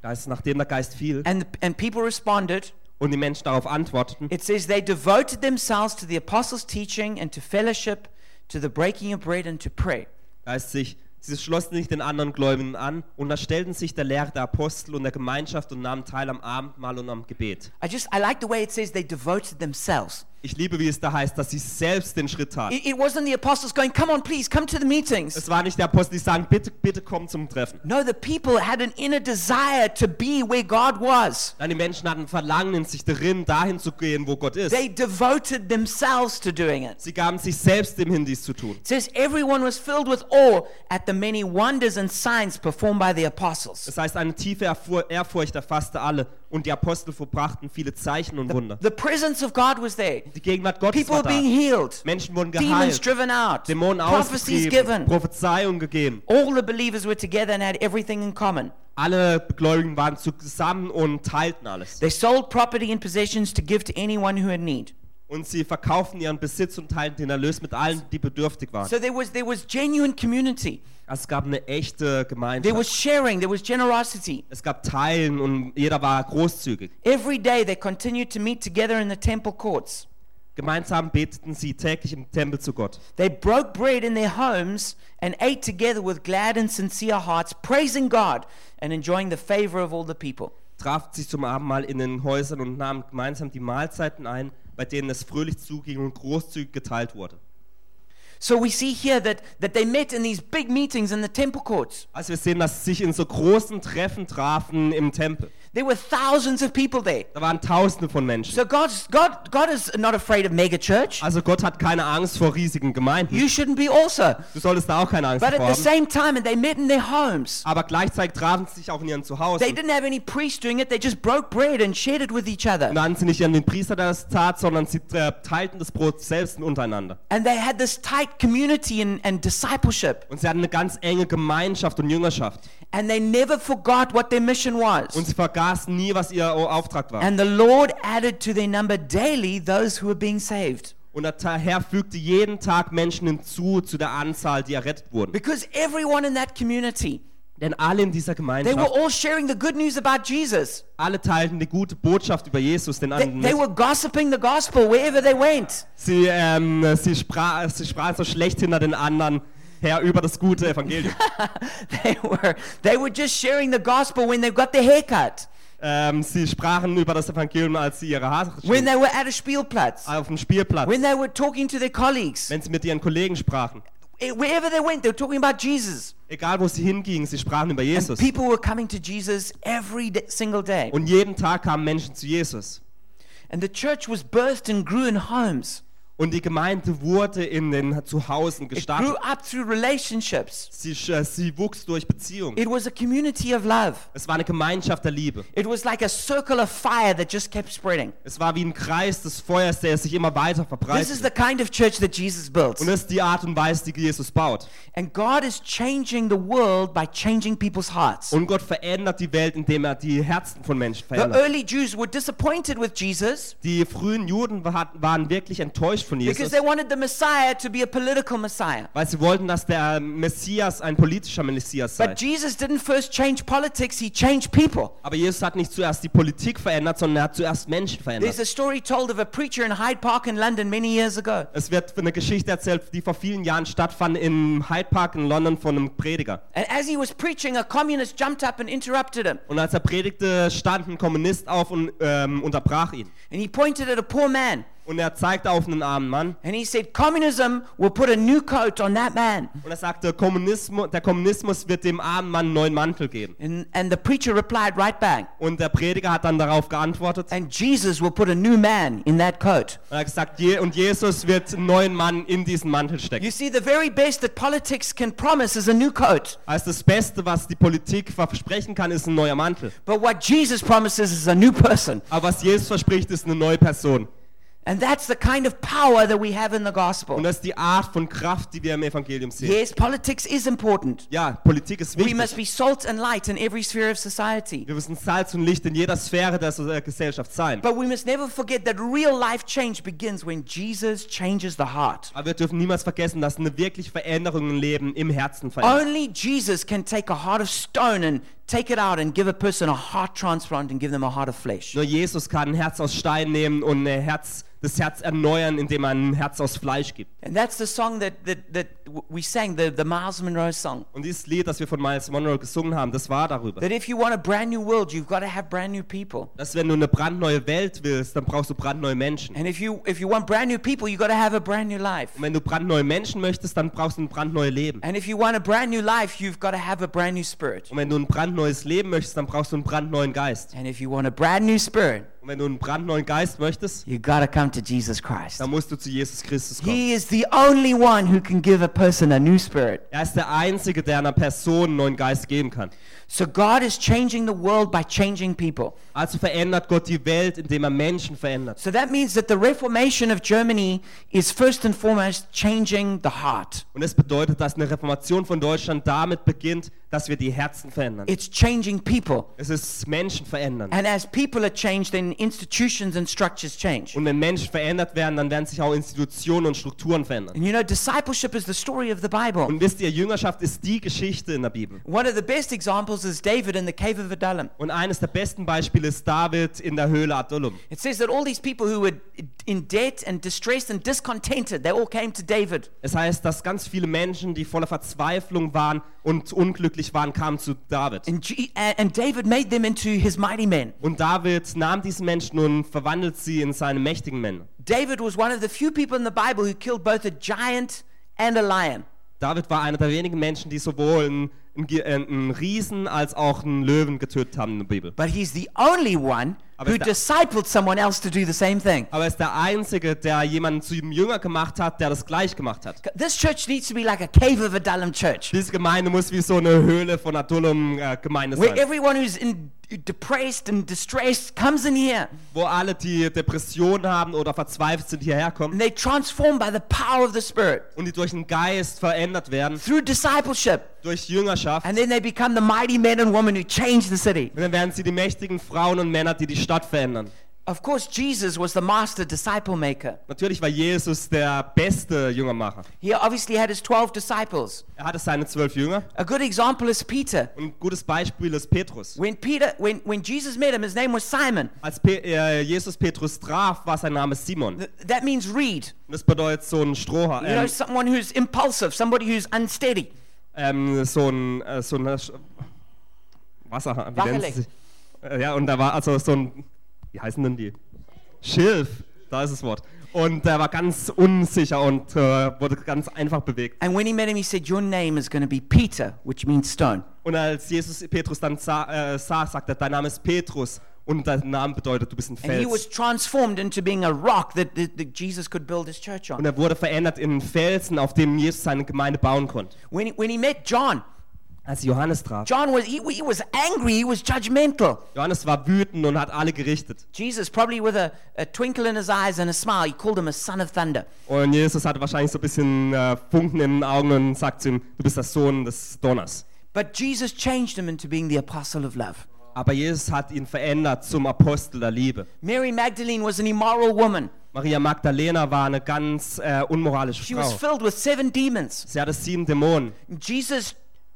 S2: Da ist es, nachdem der Geist fiel
S1: and, and people responded,
S2: und die Menschen darauf antworteten,
S1: It says they devoted themselves to the apostles' teaching and to fellowship, to the breaking of bread and to prayer.
S2: da ist sich, sie schlossen sich den anderen Gläubigen an und da stellten sich der Lehre der Apostel und der Gemeinschaft und nahmen teil am Abendmahl und am Gebet.
S1: I just I like the way it says they devoted themselves.
S2: Ich liebe, wie es da heißt, dass sie selbst den Schritt taten.
S1: It, it wasn't the apostles going, "Come on, please, come to the meetings."
S2: Es war nicht der Apostel, die sagen, bitte, bitte komm zum Treffen.
S1: No, the people had an inner desire to be where God was.
S2: Dann die Menschen hatten Verlangen in sich darin, dahin zu gehen, wo Gott ist.
S1: They devoted themselves to doing it.
S2: Sie gaben sich selbst dem hin, dies zu tun.
S1: It says everyone was filled with awe at the many wonders and signs performed by the apostles.
S2: Das heißt, eine tiefe Erfu- Ehrfurcht erfasste alle und die Apostel verbrachten viele Zeichen und Wunder.
S1: The presence of God was there.
S2: Die Gegenwart Gottes
S1: People
S2: war
S1: were being
S2: da.
S1: healed.
S2: Menschen wurden
S1: Demons
S2: geheilt,
S1: driven out.
S2: Dämonen
S1: Prophecies
S2: ausgetrieben,
S1: given.
S2: Prophezeiung gegeben.
S1: All the believers were together and had everything in common.
S2: Alle Gläubigen waren zusammen und teilten alles.
S1: They sold property and possessions to give to anyone who had need.
S2: Und sie verkauften ihren Besitz und teilten den Erlös mit allen, die bedürftig waren.
S1: So there was there was genuine community.
S2: Es gab eine echte
S1: There was
S2: Gemeinschaft.
S1: sharing, there was generosity.
S2: Es gab Teilen und jeder war großzügig.
S1: Every day they continued to meet together in the temple courts.
S2: Gemeinsam beteten sie täglich im Tempel zu Gott.
S1: They broke bread in their homes and ate together with glad and sincere hearts, praising God and enjoying the favor of all the people.
S2: trafen sich zum Abendmahl in den Häusern und nahmen gemeinsam die Mahlzeiten ein, bei denen es fröhlich zuging und großzügig geteilt wurde.
S1: So we see here that, that they met in these big meetings in the temple courts.
S2: Also wir sehen, dass sie sich in so großen Treffen trafen im Tempel.
S1: There were thousands of people there.
S2: Da waren Tausende von Menschen.
S1: So God's, God, God is not afraid of mega church.
S2: Also Gott hat keine Angst vor riesigen Gemeinden.
S1: You shouldn't be also.
S2: Du solltest da auch keine Angst
S1: But at
S2: vor
S1: the same
S2: haben.
S1: time, and they met in their homes.
S2: Aber gleichzeitig trafen sie sich auch in ihren Zuhause.
S1: They
S2: Und
S1: didn't have any priests doing it. They just broke bread and shared it with each other.
S2: dann sie nicht an den Priester, der das tat, sondern sie äh, teilten das Brot selbst untereinander.
S1: And they had this tight community and, and discipleship.
S2: Und sie hatten eine ganz enge Gemeinschaft und Jüngerschaft.
S1: And they never forgot what their mission
S2: Und
S1: was.
S2: sie vergaßen nie, was ihr Auftrag war.
S1: And the Lord added to their number daily those who were being saved.
S2: Und der Ta- Herr fügte jeden Tag Menschen hinzu zu der Anzahl, die errettet wurden.
S1: Because everyone in that community,
S2: Denn alle in dieser
S1: they were
S2: Gemeinschaft,
S1: all sharing the good news about Jesus.
S2: alle teilten die gute Botschaft über Jesus den
S1: They,
S2: anderen.
S1: they
S2: mit.
S1: were gossiping the gospel wherever they went.
S2: Sie, ähm, sie, sprach, sie sprachen so schlecht hinter den anderen her über das gute Evangelium.
S1: They were they were just sharing the gospel when they got their haircut,
S2: ähm, sie sprachen über das Evangelium, als sie ihre Haare
S1: when
S2: schnitt,
S1: they were at a Spielplatz,
S2: auf dem Spielplatz,
S1: when they were talking to their colleagues,
S2: wenn sie mit ihren Kollegen sprachen.
S1: Eh, wherever they went, they were talking about Jesus.
S2: Egal, wo sie hingingen, sie sprachen über
S1: And
S2: Jesus.
S1: people were coming to Jesus every day, single day.
S2: Und jeden Tag kamen Menschen zu Jesus.
S1: And the church was birthed and grew in homes.
S2: Und die Gemeinde wurde in den Zuhausen
S1: It
S2: gestartet.
S1: grew up through relationships.
S2: Sie, sch- äh, sie wuchs durch Beziehung.
S1: It was a community of love.
S2: Es war eine Gemeinschaft der Liebe.
S1: It was like a circle of fire that just kept spreading.
S2: Es war wie ein Kreis des Feuers, der sich immer weiter
S1: This is the
S2: verbreitete.
S1: kind of church that Jesus built.
S2: Und das ist die Art und Weise, die Jesus baut.
S1: And God is changing the world by changing people's hearts.
S2: Und Gott verändert die Welt, indem er die Herzen von Menschen
S1: The
S2: verändert.
S1: early Jews were disappointed with Jesus
S2: Die frühen Juden wa- hatten- waren wirklich enttäuscht von
S1: Because
S2: Jesus,
S1: they wanted the Messiah to be a political Messiah.
S2: weil sie wollten, dass der äh, Messias ein politischer Messias sei.
S1: But Jesus didn't first change politics, he changed people.
S2: Aber Jesus hat nicht zuerst die Politik verändert, sondern er hat zuerst Menschen
S1: There's
S2: verändert.
S1: a story told of a preacher in Hyde Park in London many years ago.
S2: Es wird eine Geschichte erzählt, die vor vielen Jahren stattfand im Hyde Park in London von einem Prediger.
S1: And as he was preaching, a communist jumped up and interrupted him.
S2: Und als er predigte, stand ein Kommunist auf und ähm, unterbrach ihn.
S1: And he pointed at a poor man.
S2: Und er zeigte auf einen armen Mann
S1: And he said, Communism will put a new coat on that man.
S2: und er sagte, Kommunismus, der Kommunismus wird dem armen Mann einen neuen Mantel geben.
S1: And, and the preacher replied right back,
S2: Und der Prediger hat dann darauf geantwortet
S1: And Jesus will put a new man in that coat.
S2: und hat gesagt, Je und Jesus wird einen neuen Mann in diesen Mantel stecken.
S1: You see, the very best that politics can promise is a new coat.
S2: Also das Beste, was die Politik versprechen kann, ist ein neuer Mantel.
S1: But what Jesus promises is a new person.
S2: Aber was Jesus verspricht, ist eine neue Person.
S1: And that's the kind of power that we have in the
S2: Und
S1: gospel.
S2: das ist die Art von Kraft, die wir im Evangelium sehen.
S1: Yes, politics is important.
S2: Ja, Politik ist
S1: We
S2: wichtig.
S1: must be salt and light in every sphere of society.
S2: Wir müssen Salz und Licht in jeder Sphäre der So- der Gesellschaft sein.
S1: But we must never forget that real life change begins when Jesus changes the heart.
S2: Aber wir dürfen niemals vergessen, dass eine wirkliche Veränderung im Leben im Herzen verändert.
S1: Only Jesus can take a heart of stone and take it out and give a person a heart transplant and give them a heart of flesh.
S2: Nur Jesus kann ein Herz aus Stein nehmen und ein Herz, das Herz erneuern, indem er ein Herz aus Fleisch gibt.
S1: And that's the song that, that, that w- we sang, the, the Miles Monroe song.
S2: Und dieses Lied, das wir von Miles Monroe gesungen haben, das war darüber.
S1: That if you want a brand new world, you've got to have brand new people.
S2: Dass wenn du eine brandneue Welt willst, dann brauchst du brandneue Menschen.
S1: And if you, if you want brand new people, you've got to have a brand new life.
S2: Und wenn du brandneue Menschen möchtest, dann brauchst du ein brandneues Leben.
S1: And if you want a brand new life, you've got to have a brand new spirit.
S2: Und wenn du ein brandneues Leben möchtest, dann brauchst du einen brandneuen Geist.
S1: And if you want a brand new spirit,
S2: Und wenn du einen brandneuen Geist möchtest,
S1: you've got to come to Jesus Christ.
S2: dann musst du zu Jesus Christus kommen.
S1: He is the only one who can give a person a new spirit.
S2: Er ist der Einzige, der einer Person einen neuen Geist geben kann.
S1: So God is changing the world by changing people.
S2: Also verändert Gott die Welt, indem er Menschen verändert.
S1: So that means that the Reformation of Germany is first and foremost changing the heart.
S2: Und das bedeutet, dass eine Reformation von Deutschland damit beginnt, dass wir die Herzen verändern.
S1: It's changing people.
S2: Es ist Menschen verändern.
S1: And as people are changed, then institutions and structures change.
S2: Und wenn Menschen verändert werden, dann werden sich auch Institutionen und Strukturen verändern.
S1: And you know, discipleship is the story of the Bible.
S2: Und wisst ihr, Jüngerschaft ist die Geschichte in der Bibel.
S1: One of the best examples is David in the cave of Adullam.
S2: Und eines der besten Beispiele ist David in der Höhle Adullam.
S1: It says that all these people who were in debt and distressed and discontented, they all came to David.
S2: Es heißt, dass ganz viele Menschen, die voller Verzweiflung waren und unglücklich waren, kamen zu David.
S1: And, G- and and David made them into his mighty men.
S2: Und David nahm diesen Menschen und verwandelt sie in seine mächtigen Männer.
S1: David was one of the few people in the Bible who killed both a giant and a lion.
S2: David war einer der wenigen Menschen, die sowohl einen, einen Gi- äh, einen Riesen als auch einen Löwen getötet haben in der Bibel.
S1: But he's the only one
S2: Aber
S1: who
S2: da-
S1: discipled someone else to do the same thing.
S2: Aber er ist der Einzige, der jemanden zu einem Jünger gemacht hat, der das gleich gemacht hat.
S1: This church needs to be like a cave of Adullam church,
S2: Diese Gemeinde muss wie so eine Höhle von Adullam äh, Gemeinde
S1: where
S2: sein,
S1: everyone who's in, depressed and distressed comes in here
S2: wo alle, die Depressionen haben oder verzweifelt sind, hierher kommen
S1: and they transform by the power of the Spirit
S2: und die durch den Geist verändert werden,
S1: through discipleship,
S2: durch Jüngerschaft.
S1: and then they become the mighty men and women who change the city.
S2: Und dann werden sie die mächtigen Frauen und Männer, die die Stadt verändern.
S1: Of course, Jesus was the master disciple maker.
S2: Natürlich war Jesus der beste Jüngermacher.
S1: He obviously had his 12 disciples.
S2: Er hatte seine zwölf Jünger.
S1: A good example is Peter.
S2: Und ein gutes Beispiel ist Petrus.
S1: When Peter, when, when Jesus met him, his name was Simon.
S2: Als Pe äh, Jesus Petrus traf, war sein Name Simon. Und
S1: Th- That means reed.
S2: Das bedeutet so ein Strohhalm,
S1: You know,
S2: ähm,
S1: someone who's impulsive, somebody who's unsteady.
S2: ähm, so ein, äh, so ein Sch- Wasserhahn. wie nennt's
S1: Wachelig.
S2: sich? Äh, ja, und da war also so ein, wie heißen denn die? Schilf, da ist das Wort. Und er war ganz unsicher und äh, wurde ganz einfach bewegt.
S1: And when he met him, he said, Your name is going to be Peter, which means stone.
S2: Und als Jesus Petrus dann sah, äh, sah sagt er, dein Name ist Petrus. Und dein Name bedeutet, du bist ein
S1: And he was
S2: Fels.
S1: transformed into being a rock that, that, that Jesus could build his church
S2: Und
S1: on.
S2: er wurde verändert in einen Felsen, auf dem Jesus seine Gemeinde bauen konnte.
S1: When he, when he met John,
S2: Als Johannes traf.
S1: John was, he, he was angry, he was judgmental.
S2: Johannes war wütend und hat alle gerichtet.
S1: Jesus, probably with a, a twinkle in his eyes and a smile, he called him a son of thunder.
S2: Und Jesus hatte wahrscheinlich so ein bisschen äh, Funken in den Augen und sagt zu ihm, du bist der Sohn des Donners.
S1: But Jesus changed him into being the apostle of love.
S2: Aber Jesus hat ihn verändert zum Apostel der Liebe.
S1: Mary Magdalene was an immoral woman.
S2: Maria Magdalena war eine ganz äh, unmoralische
S1: She was
S2: Frau.
S1: filled with seven demons.
S2: Sie hatte sieben Dämonen.
S1: Jesus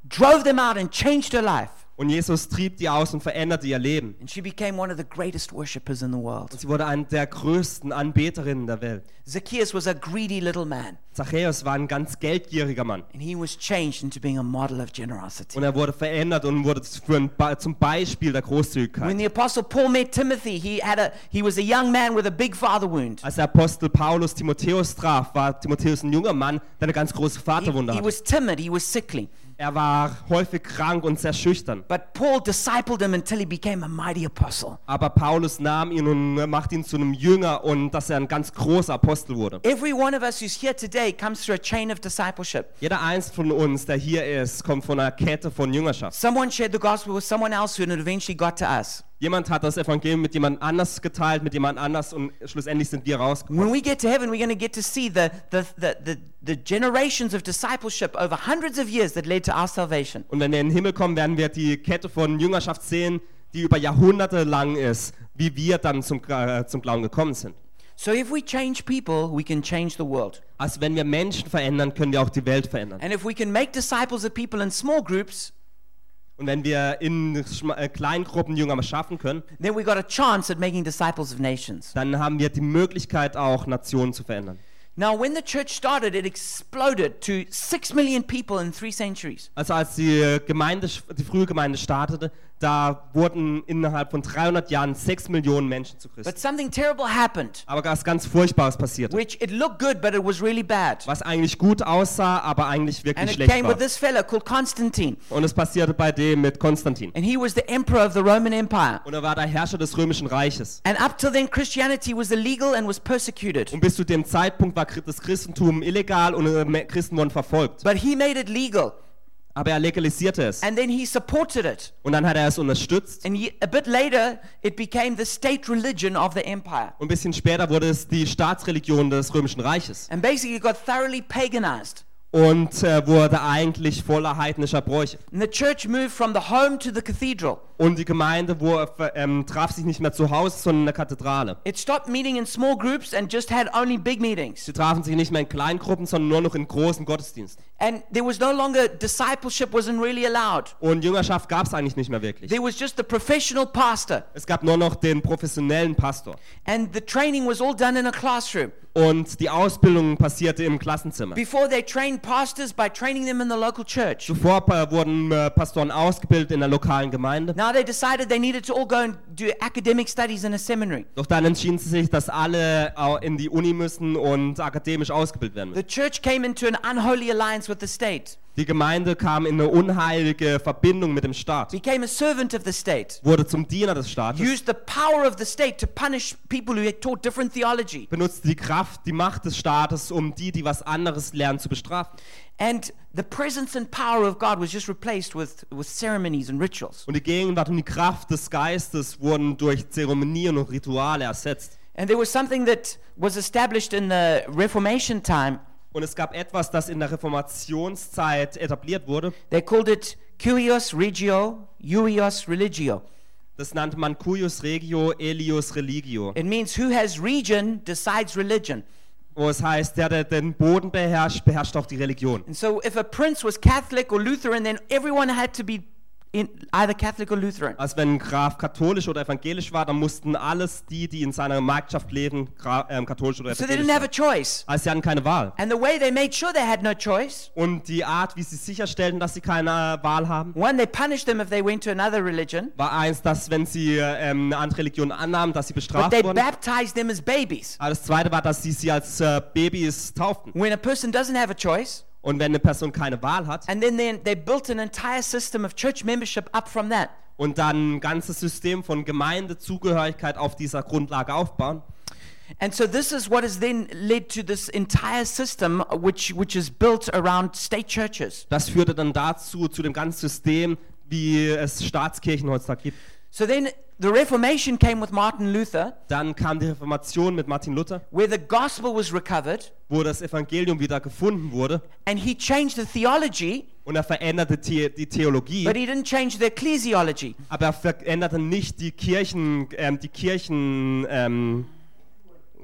S1: drove them out and changed her life.
S2: Und Jesus trieb die aus und veränderte ihr Leben.
S1: And she became one of the greatest worshippers in the world.
S2: Sie wurde eine der größten Anbeterinnen der Welt.
S1: Zacchaeus was a greedy little man,
S2: Zachäus war ein ganz geldgieriger Mann.
S1: and he was changed into being a model of generosity.
S2: Und er wurde verändert und wurde für ein Be zum Beispiel der
S1: When
S2: Großzügigkeit.
S1: the apostle Paul met Timothy, he had a he was a young man with a big father wound.
S2: Als der Apostel Paulus Timotheus traf, war Timotheus ein junger Mann, der eine ganz große
S1: He,
S2: Vaterwunde
S1: he
S2: hatte.
S1: was timid, he was sickly.
S2: Er war häufig krank und sehr schüchtern.
S1: But Paul discipled him until he became a mighty apostle.
S2: Aber Paulus nahm ihn und machte ihn zu einem Jünger und dass er ein ganz großer Apostel wurde.
S1: Every one of us who's here today comes through a chain of discipleship.
S2: Jeder eins von uns, der hier ist, kommt von einer Kette von Jüngerschaft.
S1: Someone shared the gospel with someone else who it eventually got to us.
S2: Jemand hat das Evangelium mit jemand anders geteilt, mit jemand anders und schlussendlich sind wir rausgekommen.
S1: When we get to heaven, we're going to get to see the, the, the, the, the generations of discipleship over hundreds of years that led to our salvation.
S2: Und wenn wir in den Himmel kommen, werden wir die Kette von Jüngerschaft sehen, die über Jahrhunderte lang ist, wie wir dann zum, äh, zum Glauben gekommen sind.
S1: So if we change people, we can change the world.
S2: Also wenn wir Menschen verändern, können wir auch die Welt verändern.
S1: And if we can make disciples of people in small groups,
S2: Und wenn wir in Schma- äh, Kleingruppen Jünger schaffen können,
S1: then we got a chance at making disciples of nations.
S2: dann haben wir die Möglichkeit, auch Nationen zu verändern.
S1: Now, when the church started, it exploded to six million people in three centuries.
S2: Also als die Gemeinde, die frühe Gemeinde startete, da wurden innerhalb von 300 Jahren 6 Millionen Menschen zu Christen.
S1: But something terrible happened,
S2: Aber was ganz Furchtbares passierte,
S1: which it looked good, but it was really bad.
S2: was eigentlich gut aussah, aber eigentlich
S1: And
S2: wirklich
S1: it
S2: schlecht
S1: came
S2: war.
S1: with this fella called Constantine,
S2: Und es passierte bei dem mit Konstantin.
S1: and he was the emperor of the Roman Empire.
S2: Und er war der Herrscher des Römischen Reiches.
S1: And up till then, Christianity was illegal and was persecuted.
S2: Und bis zu dem Zeitpunkt war das Christentum illegal und äh, Christen wurden verfolgt.
S1: But he made it legal,
S2: Aber er legalisierte es.
S1: and then he supported it.
S2: Und dann hat er es unterstützt.
S1: And ye- a bit later, it became the state religion of the empire.
S2: Und ein bisschen später wurde es die Staatsreligion des Römischen Reiches.
S1: And basically, it got thoroughly paganized.
S2: Und äh, wurde eigentlich voller heidnischer Bräuche.
S1: And the church moved from the home to the cathedral.
S2: Und die Gemeinde wo, ähm, traf sich nicht mehr zu Hause, sondern in der Kathedrale.
S1: It stopped meeting in small groups and just had only big meetings.
S2: Sie trafen sich nicht mehr in Kleingruppen, sondern nur noch in großen Gottesdiensten.
S1: And there was no longer discipleship wasn't really allowed.
S2: Und Jüngerschaft gab es eigentlich nicht mehr wirklich.
S1: There was just the professional pastor.
S2: Es gab nur noch den professionellen Pastor.
S1: And the training was all done in a classroom.
S2: Und die Ausbildung passierte im Klassenzimmer.
S1: Before they trained pastors by training them in the local church.
S2: Zuvor äh, wurden äh, Pastoren ausgebildet in der lokalen Gemeinde.
S1: Now they decided they needed to all go and do academic studies in a seminary.
S2: Doch dann entschieden sie sich, dass alle au- in die Uni müssen und akademisch ausgebildet werden
S1: The
S2: müssen.
S1: church came into an unholy alliance with the state,
S2: Die Gemeinde kam in eine unheilige Verbindung mit dem Staat,
S1: became a servant of the state,
S2: wurde zum Diener des Staates,
S1: used the power of the state to punish people who had taught different theology.
S2: benutzte die Kraft, die Macht des Staates, um die, die was anderes lernen, zu bestrafen.
S1: And the presence and power of God was just replaced with, with ceremonies and rituals.
S2: Und die Gegenwart und die Kraft des Geistes wurden durch Zeremonien und Rituale ersetzt.
S1: And there was something that was established in the Reformation time.
S2: Und es gab etwas, das in der Reformationszeit etabliert wurde.
S1: They called it cuius regio, uius religio.
S2: Das nannte man cuius regio, elius religio.
S1: It means who has region decides religion.
S2: Wo es heißt, der, der den Boden beherrscht, beherrscht auch die Religion.
S1: And so if a prince was Catholic or Lutheran, then everyone had to be in either Catholic or Lutheran.
S2: Als Also wenn ein Graf katholisch oder evangelisch war, dann mussten alles die, die in seiner Marktschaft leben, Gra ähm, katholisch oder
S1: So they didn't have a
S2: evangelisch
S1: choice.
S2: waren. Also sie hatten keine Wahl.
S1: And the way they made sure they had no choice,
S2: Und die Art, wie sie sicherstellten, dass sie keine äh, Wahl haben,
S1: one, they punished them if they went to another religion,
S2: war eins, dass wenn sie äh, ähm, eine andere Religion annahmen, dass sie
S1: but
S2: bestraft
S1: they
S2: wurden.
S1: baptized them as babies.
S2: Aber das zweite war, dass sie sie als äh, Babys tauften.
S1: When a person doesn't have a choice,
S2: Und wenn eine Person keine Wahl hat
S1: and then they, they built an entire system of church membership up from that.
S2: und dann ein ganzes System von Gemeindezugehörigkeit auf dieser Grundlage aufbauen,
S1: And so this is what has then led to this entire system which which is built around state churches.
S2: das führte dann dazu, zu dem ganzen System, wie es Staatskirchen heutzutage gibt.
S1: So then the Reformation came with Martin Luther,
S2: Dann kam die Reformation mit Martin Luther,
S1: where the gospel was recovered,
S2: wo das Evangelium wieder gefunden wurde.
S1: and he changed the theology
S2: Und er veränderte die, die Theologie,
S1: but he didn't change the ecclesiology.
S2: aber er veränderte nicht die Kirchen, ähm, die Kirchen ähm,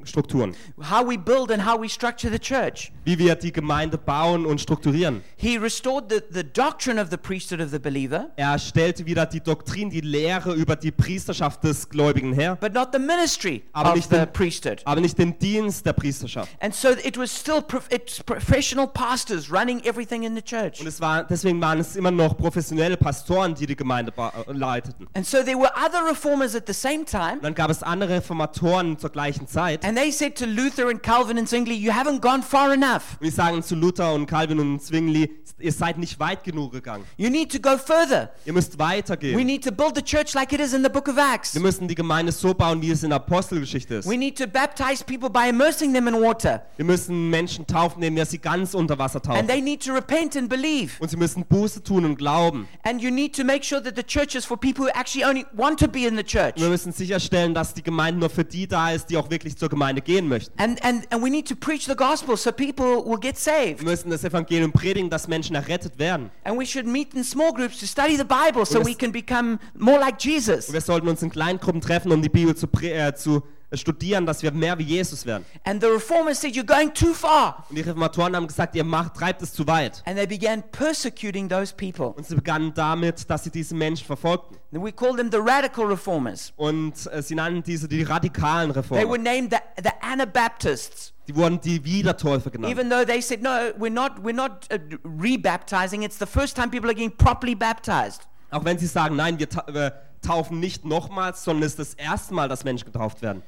S2: Strukturen,
S1: How we build and how we structure the church.
S2: wie wir die Gemeinde bauen und strukturieren.
S1: He restored the, the doctrine of the priesthood of the believer,
S2: Er stellte wieder die Doktrin, die Lehre über die Priesterschaft des Gläubigen her,
S1: but not the ministry
S2: Aber
S1: of
S2: nicht
S1: the
S2: den-
S1: priesthood.
S2: aber nicht den Dienst der Priesterschaft.
S1: And so it was still prof- it's professional pastors running everything in the church.
S2: Und es war, deswegen waren es immer noch professionelle Pastoren, die die Gemeinde ba- äh, leiteten.
S1: And so there were other reformers at the same time,
S2: Und dann gab es andere Reformatoren zur gleichen Zeit.
S1: and they said to Luther and Calvin and Zwingli, "You haven't gone far enough.
S2: Und die sagen zu Luther und Calvin und Zwingli, ihr seid nicht weit genug gegangen.
S1: You need to go further.
S2: Ihr müsst
S1: We
S2: weitergehen.
S1: need to build the church like it is in the Book of Acts.
S2: Wir müssen die Gemeinde so bauen, wie es in der Apostelgeschichte ist.
S1: We need to baptize people by immersing them in water,
S2: Wir müssen Menschen taufen, indem wir sie ganz unter Wasser
S1: and
S2: taufen.
S1: they need to repent and believe.
S2: Und sie müssen Buße tun und glauben.
S1: And you need to make sure that the church is for people who actually only want to be in the church.
S2: Und wir müssen sicherstellen, dass die Gemeinde nur für die da ist, die auch wirklich zur Gemeinde gehen möchten.
S1: And and and we need to preach the gospel so people will get saved.
S2: Wir müssen das Evangelium predigen, dass Menschen errettet werden.
S1: And we should meet in small groups to study the Bible so
S2: Und es-
S1: we can become more like Jesus.
S2: Und wir sollten uns in Kleingruppen treffen, um die Bibel zu, prä- äh, zu studieren, dass wir mehr wie Jesus werden.
S1: And the reformers said, You're going too far.
S2: Und die Reformatoren haben gesagt, ihr macht, treibt es zu weit.
S1: And they began persecuting those people.
S2: Und sie begannen damit, dass sie diese Menschen verfolgten.
S1: And we call them the radical reformers.
S2: Und äh, sie nannten diese die radikalen
S1: They were
S2: Reformen.
S1: named the, the Anabaptists,
S2: Die wurden die Wiedertäufer genannt.
S1: even though they said, No, we're not, we're not uh, rebaptizing. It's the first time people are getting properly baptized.
S2: Auch wenn sie sagen, nein, wir, ta wir taufen nicht nochmals, sondern es ist das erste Mal, dass Menschen getauft werden.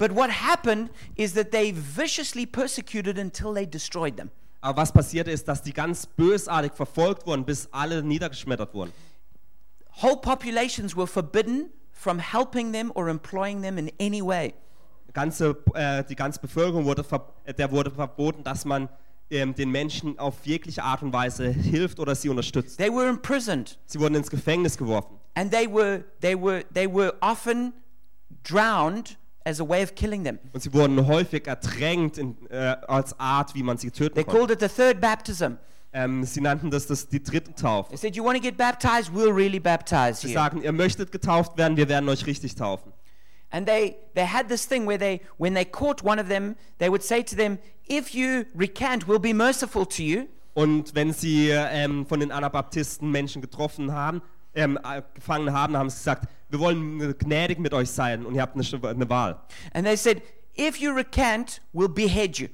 S1: But what happened is that they viciously persecuted until they destroyed them.
S2: Aber was passierte ist, dass die ganz bösartig verfolgt wurden, bis alle niedergeschmettert wurden.
S1: Whole populations were forbidden from helping them or employing them in any way.
S2: Ganze, äh, die ganze Bevölkerung wurde, ver äh, der wurde verboten, dass man ähm, den Menschen auf jegliche Art und Weise hilft oder sie unterstützt.
S1: They were imprisoned.
S2: Sie wurden ins Gefängnis geworfen.
S1: and they were they were they were often drowned as a way of killing them
S2: Und sie wurden häufig ertränkt in, äh, als Art, wie man sie töten
S1: they
S2: konnte.
S1: called it the third baptism
S2: Ähm, sie nannten das, das die dritte Taufe.
S1: they said you want to get baptized we'll really baptize
S2: Sie
S1: you
S2: sagen, ihr möchtet getauft werden, wir werden euch richtig taufen.
S1: and they they had this thing where they when they caught one of them they would say to them if you recant we'll be merciful to you
S2: Und wenn sie ähm, von den Anabaptisten Menschen getroffen haben, ähm, äh, gefangen haben, haben sie gesagt, wir wollen gnädig mit euch sein und ihr habt eine, Sch- eine Wahl.
S1: and they said if you recant we'll behead you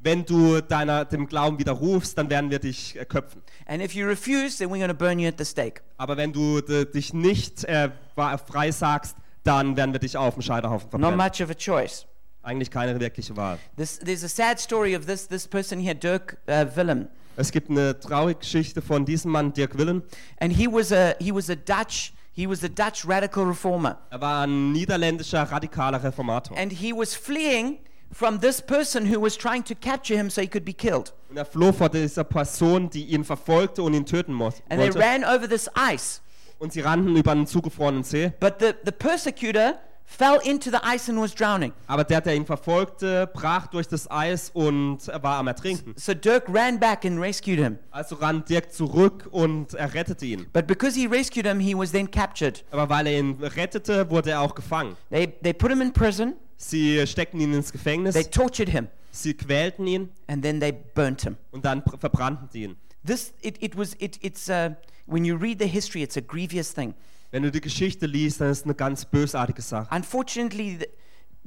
S2: Wenn du deiner, dem Glauben widerrufst, dann werden wir dich äh, köpfen.
S1: and if you refuse then we're going to burn you at the stake
S2: Aber wenn du d- dich nicht äh, wa- freisagst, dann werden wir dich auf dem Scheiterhaufen
S1: not
S2: verbrennen.
S1: much of a choice
S2: Eigentlich keine wirkliche Wahl.
S1: this, there's a sad story of this this person here dirk uh, willem
S2: Es gibt eine traurige Geschichte von diesem Mann, Dirk Willen.
S1: and he was a he was a Dutch he was a Dutch radical reformer,
S2: Er war ein niederländischer radikaler Reformator.
S1: and he was fleeing from this person who was trying to capture him so he could be killed.
S2: Und er floh vor dieser Person, die ihn verfolgte und ihn töten mo-
S1: And they
S2: wollte.
S1: ran over this ice,
S2: Und sie rannten über einen zugefrorenen See.
S1: but the the persecutor fell into the ice and was drowning.
S2: Aber der, der ihn verfolgte, brach durch das Eis und er war am Ertrinken.
S1: So Dirk ran back and rescued him.
S2: Also rann Dirk zurück und er rettete ihn.
S1: But because he rescued him, he was then captured.
S2: Aber weil er ihn rettete, wurde er auch gefangen.
S1: They they put him in prison,
S2: Sie steckten ihn ins Gefängnis,
S1: they tortured him,
S2: sie quälten ihn
S1: and then they burnt him.
S2: und dann pr- verbrannten sie ihn.
S1: This it, it was it it's uh, when you read the history, it's a grievous thing.
S2: Wenn du die Geschichte liest, dann ist es eine ganz bösartige Sache.
S1: Unfortunately, th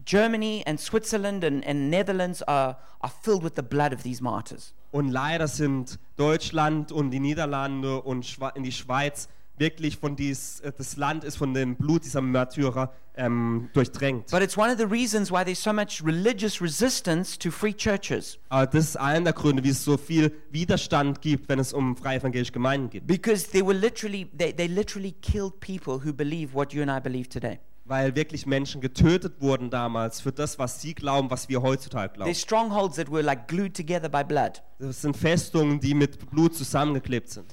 S1: Germany and Switzerland and, and Netherlands are, are filled with the blood of these martyrs.
S2: Und leider sind Deutschland und die Niederlande und Schwe in die Schweiz wirklich von dies, äh, das Land ist von dem Blut dieser Märtyrer ähm, durchdrängt.
S1: But it's one of the reasons why there's so much religious resistance to free churches.
S2: Aber das ist einer der Gründe, wie es so viel Widerstand gibt, wenn es um freie evangelische Gemeinden geht.
S1: Because they were literally, they, they literally killed people who believe what you and I believe today.
S2: Weil wirklich Menschen getötet wurden damals für das, was sie glauben, was wir heutzutage glauben.
S1: There's strongholds that were like glued together by blood.
S2: Das sind Festungen, die mit Blut zusammengeklebt sind.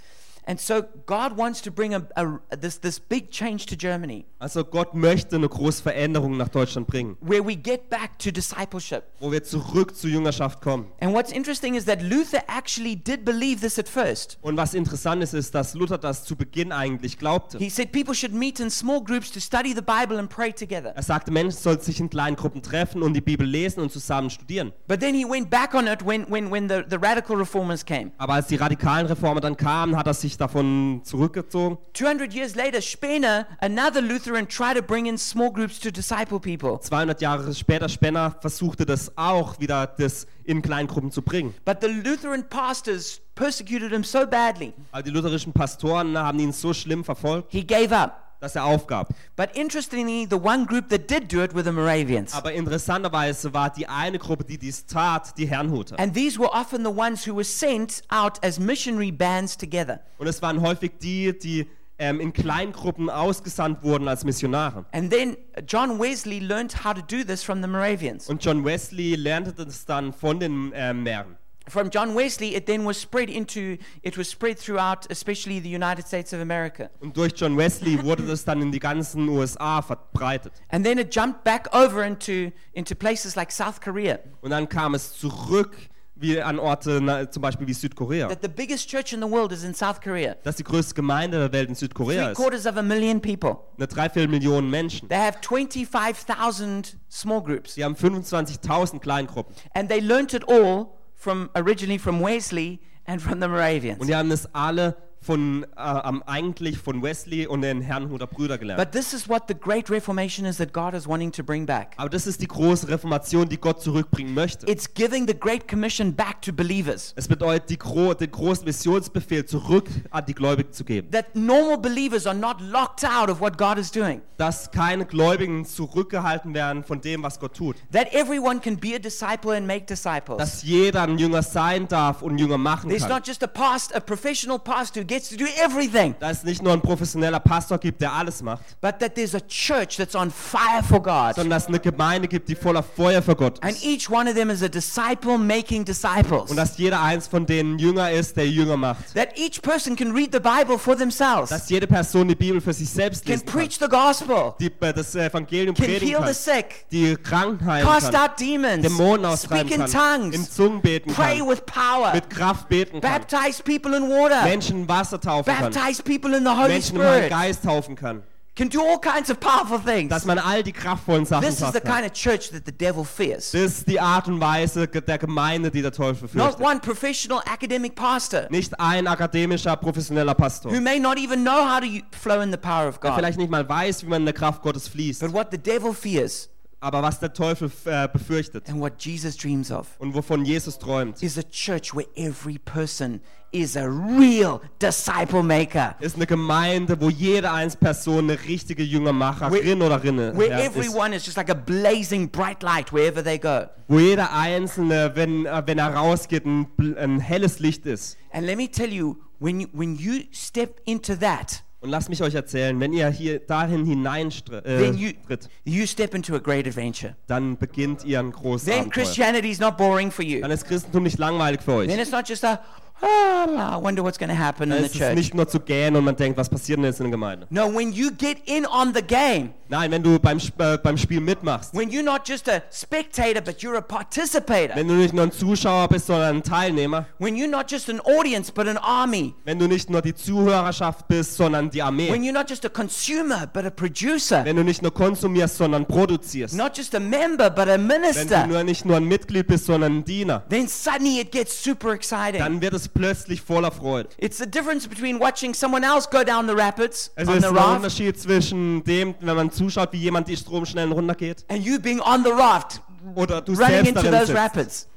S1: And so God wants to bring a, a- this, this big change to Germany
S2: Also Gott möchte eine große Veränderung nach Deutschland bringen,
S1: where we get back to discipleship.
S2: wo wir zurück zur Jüngerschaft kommen.
S1: And what's interesting is that Luther actually did believe this at first.
S2: Und was interessant ist, ist, dass Luther das zu Beginn eigentlich glaubte.
S1: He said people should meet in small groups to study the Bible and pray together.
S2: Er sagte, Mensch soll sich in kleinen Gruppen treffen und die Bibel lesen und zusammen studieren.
S1: But then he went back on it when, when, when the, the radical reformers came.
S2: Aber als die radikalen Reformer dann kamen, hat er sich davon zurückgezogen.
S1: 200 years later, Spener, another Lutheran, tried to bring in small groups to disciple people.
S2: 200 Jahre später Spenner versuchte das auch wieder, das in kleinen Gruppen zu bringen.
S1: But the Lutheran pastors persecuted him so badly,
S2: Aber die lutherischen Pastoren ne, haben ihn so schlimm verfolgt,
S1: he gave up.
S2: dass er aufgab.
S1: But interestingly, the one group that did do it were the Moravians.
S2: Aber interessanterweise war die eine Gruppe, die dies tat, die Herrnhuter.
S1: And these were often the ones who were sent out as missionary bands together.
S2: Und es waren häufig die, die ähm, in Kleingruppen ausgesandt wurden als Missionare.
S1: And then John Wesley learned how to do this from the Moravians.
S2: Und John Wesley lernte das dann von den ähm, Mähren.
S1: From John Wesley, it then was spread into, it was spread throughout, especially the United States of America.
S2: Und durch John Wesley wurde das dann in die ganzen USA verbreitet.
S1: And then it jumped back over into, into places like South Korea.
S2: Und dann kam es zurück wie an Orte, na, zum Beispiel wie Südkorea.
S1: That the biggest church in the world is in South Korea.
S2: Dass die größte Gemeinde der Welt in Südkorea
S1: Three
S2: ist.
S1: quarters of a million people.
S2: Eine Dreiviertelmillion Menschen.
S1: They have 25,000 small groups.
S2: Sie haben 25.000 Kleingruppen.
S1: And they learnt it all from originally from Wesley and from the
S2: Und
S1: Moravians.
S2: die haben das alle von, äh, am- eigentlich von Wesley und den Herrnhuter Brüder gelernt.
S1: But this is what the great reformation is that God is wanting to bring back.
S2: Aber das ist die große Reformation, die Gott zurückbringen möchte.
S1: It's giving the great commission back to believers.
S2: Es bedeutet, die gro den großen Missionsbefehl zurück an die Gläubigen zu geben.
S1: That normal believers are not locked out of what God is doing.
S2: Dass keine Gläubigen zurückgehalten werden von dem, was Gott tut.
S1: That everyone can be a disciple and make disciples.
S2: Dass jeder ein Jünger sein darf und Jünger machen
S1: There's
S2: kann.
S1: not just a past, a professional pastor who gets to do everything,
S2: Dass es nicht nur ein professioneller Pastor gibt, der alles macht,
S1: but that there's a church that's on fire for God.
S2: sondern dass es eine Gemeinde gibt, die voller Feuer für Gott
S1: And
S2: ist.
S1: each one of them is a disciple making disciples.
S2: Und dass jeder eins von denen Jünger ist, der Jünger macht.
S1: That each person can read the Bible for themselves,
S2: Dass jede Person die Bibel für sich selbst
S1: can
S2: lesen kann.
S1: preach the gospel,
S2: Die, äh, das Evangelium
S1: can
S2: predigen
S1: heal the
S2: kann.
S1: sick,
S2: Die Kranken heilen
S1: cast
S2: kann.
S1: out demons,
S2: Dämonen
S1: speak
S2: austreiben
S1: in
S2: kann, in
S1: tongues,
S2: Zungen beten
S1: pray
S2: kann,
S1: with power,
S2: mit Kraft beten kann,
S1: baptize people in water,
S2: Menschen Wasser taufen kann,
S1: baptize people in the Holy
S2: Menschen im Heiligen
S1: Spirit,
S2: Geist taufen kann,
S1: can do all kinds of powerful
S2: dass
S1: things.
S2: man all die kraftvollen Sachen
S1: This is the
S2: taufen kann.
S1: kind of church that the devil fears.
S2: Das ist die Art und Weise ge- der Gemeinde, die der Teufel
S1: Not
S2: fürchtet.
S1: one professional academic pastor
S2: Nicht ein akademischer, professioneller Pastor,
S1: who
S2: der
S1: may not even know how to u- flow in the power of God.
S2: vielleicht nicht mal weiß, wie man in der Kraft Gottes fließt,
S1: But what the devil fears
S2: aber was der Teufel äh, befürchtet
S1: and what Jesus dreams of
S2: und wovon Jesus träumt,
S1: is a church where every person is a real disciple maker,
S2: ist eine Gemeinde, wo jede einzelne Person eine richtige Jüngermacherin oder Rinne
S1: where
S2: ja, ist.
S1: everyone is just like a blazing bright light wherever they go.
S2: wo jeder Einzelne, wenn, äh, wenn er rausgeht, ein, bl- ein helles Licht ist.
S1: And let me tell you, when you, when you step into that,
S2: Und lasst mich euch erzählen, wenn ihr hier dahin hineintritt,
S1: then
S2: äh,
S1: you,
S2: tritt,
S1: you step into a great adventure.
S2: dann beginnt ihr ein großes
S1: Then
S2: Abenteuer.
S1: Christianity is not boring for you.
S2: Dann ist Christentum nicht langweilig für
S1: Then
S2: euch.
S1: it's not just a, oh, I wonder what's going to happen in
S2: Dann
S1: the
S2: ist es
S1: church.
S2: nicht nur zu gähnen und man denkt, was passiert denn jetzt in der Gemeinde?
S1: No, when you get in on the game,
S2: Nein, wenn du beim, Sp- äh, beim Spiel mitmachst,
S1: when you're not just a spectator, but you're a participator,
S2: wenn du nicht nur ein Zuschauer bist, sondern ein Teilnehmer,
S1: when you're not just an audience, but an army,
S2: wenn du nicht nur die Zuhörerschaft bist, sondern die
S1: when
S2: Armee,
S1: you're not just a consumer, but a producer,
S2: wenn du nicht nur konsumierst, sondern produzierst,
S1: not just a member, but a
S2: wenn du
S1: minister,
S2: nur nicht nur ein Mitglied bist, sondern ein Diener,
S1: then suddenly it gets super exciting.
S2: dann wird es plötzlich voller Freude.
S1: It's the difference between watching someone else go down the rapids
S2: Also
S1: on
S2: Es ist
S1: the
S2: ein
S1: raft
S2: Unterschied zwischen dem, wenn man zuschaut, wie jemand die Stromschnellen runtergeht,
S1: and you being on the raft,
S2: oder du
S1: running
S2: selbst
S1: into
S2: darin
S1: those
S2: sitzt.
S1: rapids.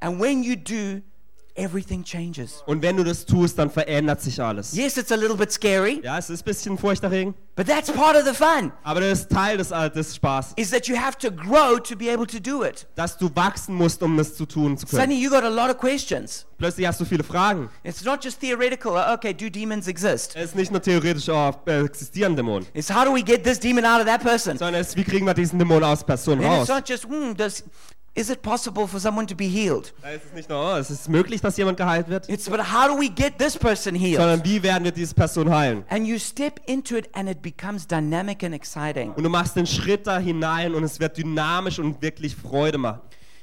S1: And when you do, everything changes.
S2: Und wenn du das tust, dann verändert sich alles.
S1: Yes, it's a little bit scary,
S2: Ja, es ist ein bisschen furchterregend,
S1: but that's part of the fun.
S2: aber das ist Teil des, äh, des Spaßes,
S1: is that you have to grow to be able to do it.
S2: dass du wachsen musst, um das zu tun zu können.
S1: Suddenly you got a lot of questions.
S2: Plötzlich hast du viele Fragen.
S1: It's not just theoretical, uh, okay, do demons exist?
S2: Es ist nicht nur theoretisch, oh, äh, existieren Dämonen,
S1: It's how do we get this demon out of that person?
S2: sondern es ist, wie kriegen wir diesen Dämon aus Person
S1: And it's
S2: raus.
S1: not just, hmm, does is it possible for someone to be healed?
S2: Da ist es nicht nur, oh, es ist möglich, dass jemand geheilt wird,
S1: It's but how do we get this person healed?
S2: sondern wie werden wir diese Person heilen?
S1: And you step into it and it becomes dynamic and exciting.
S2: Und du machst den Schritt da hinein und es wird dynamisch und wirklich Freude machen.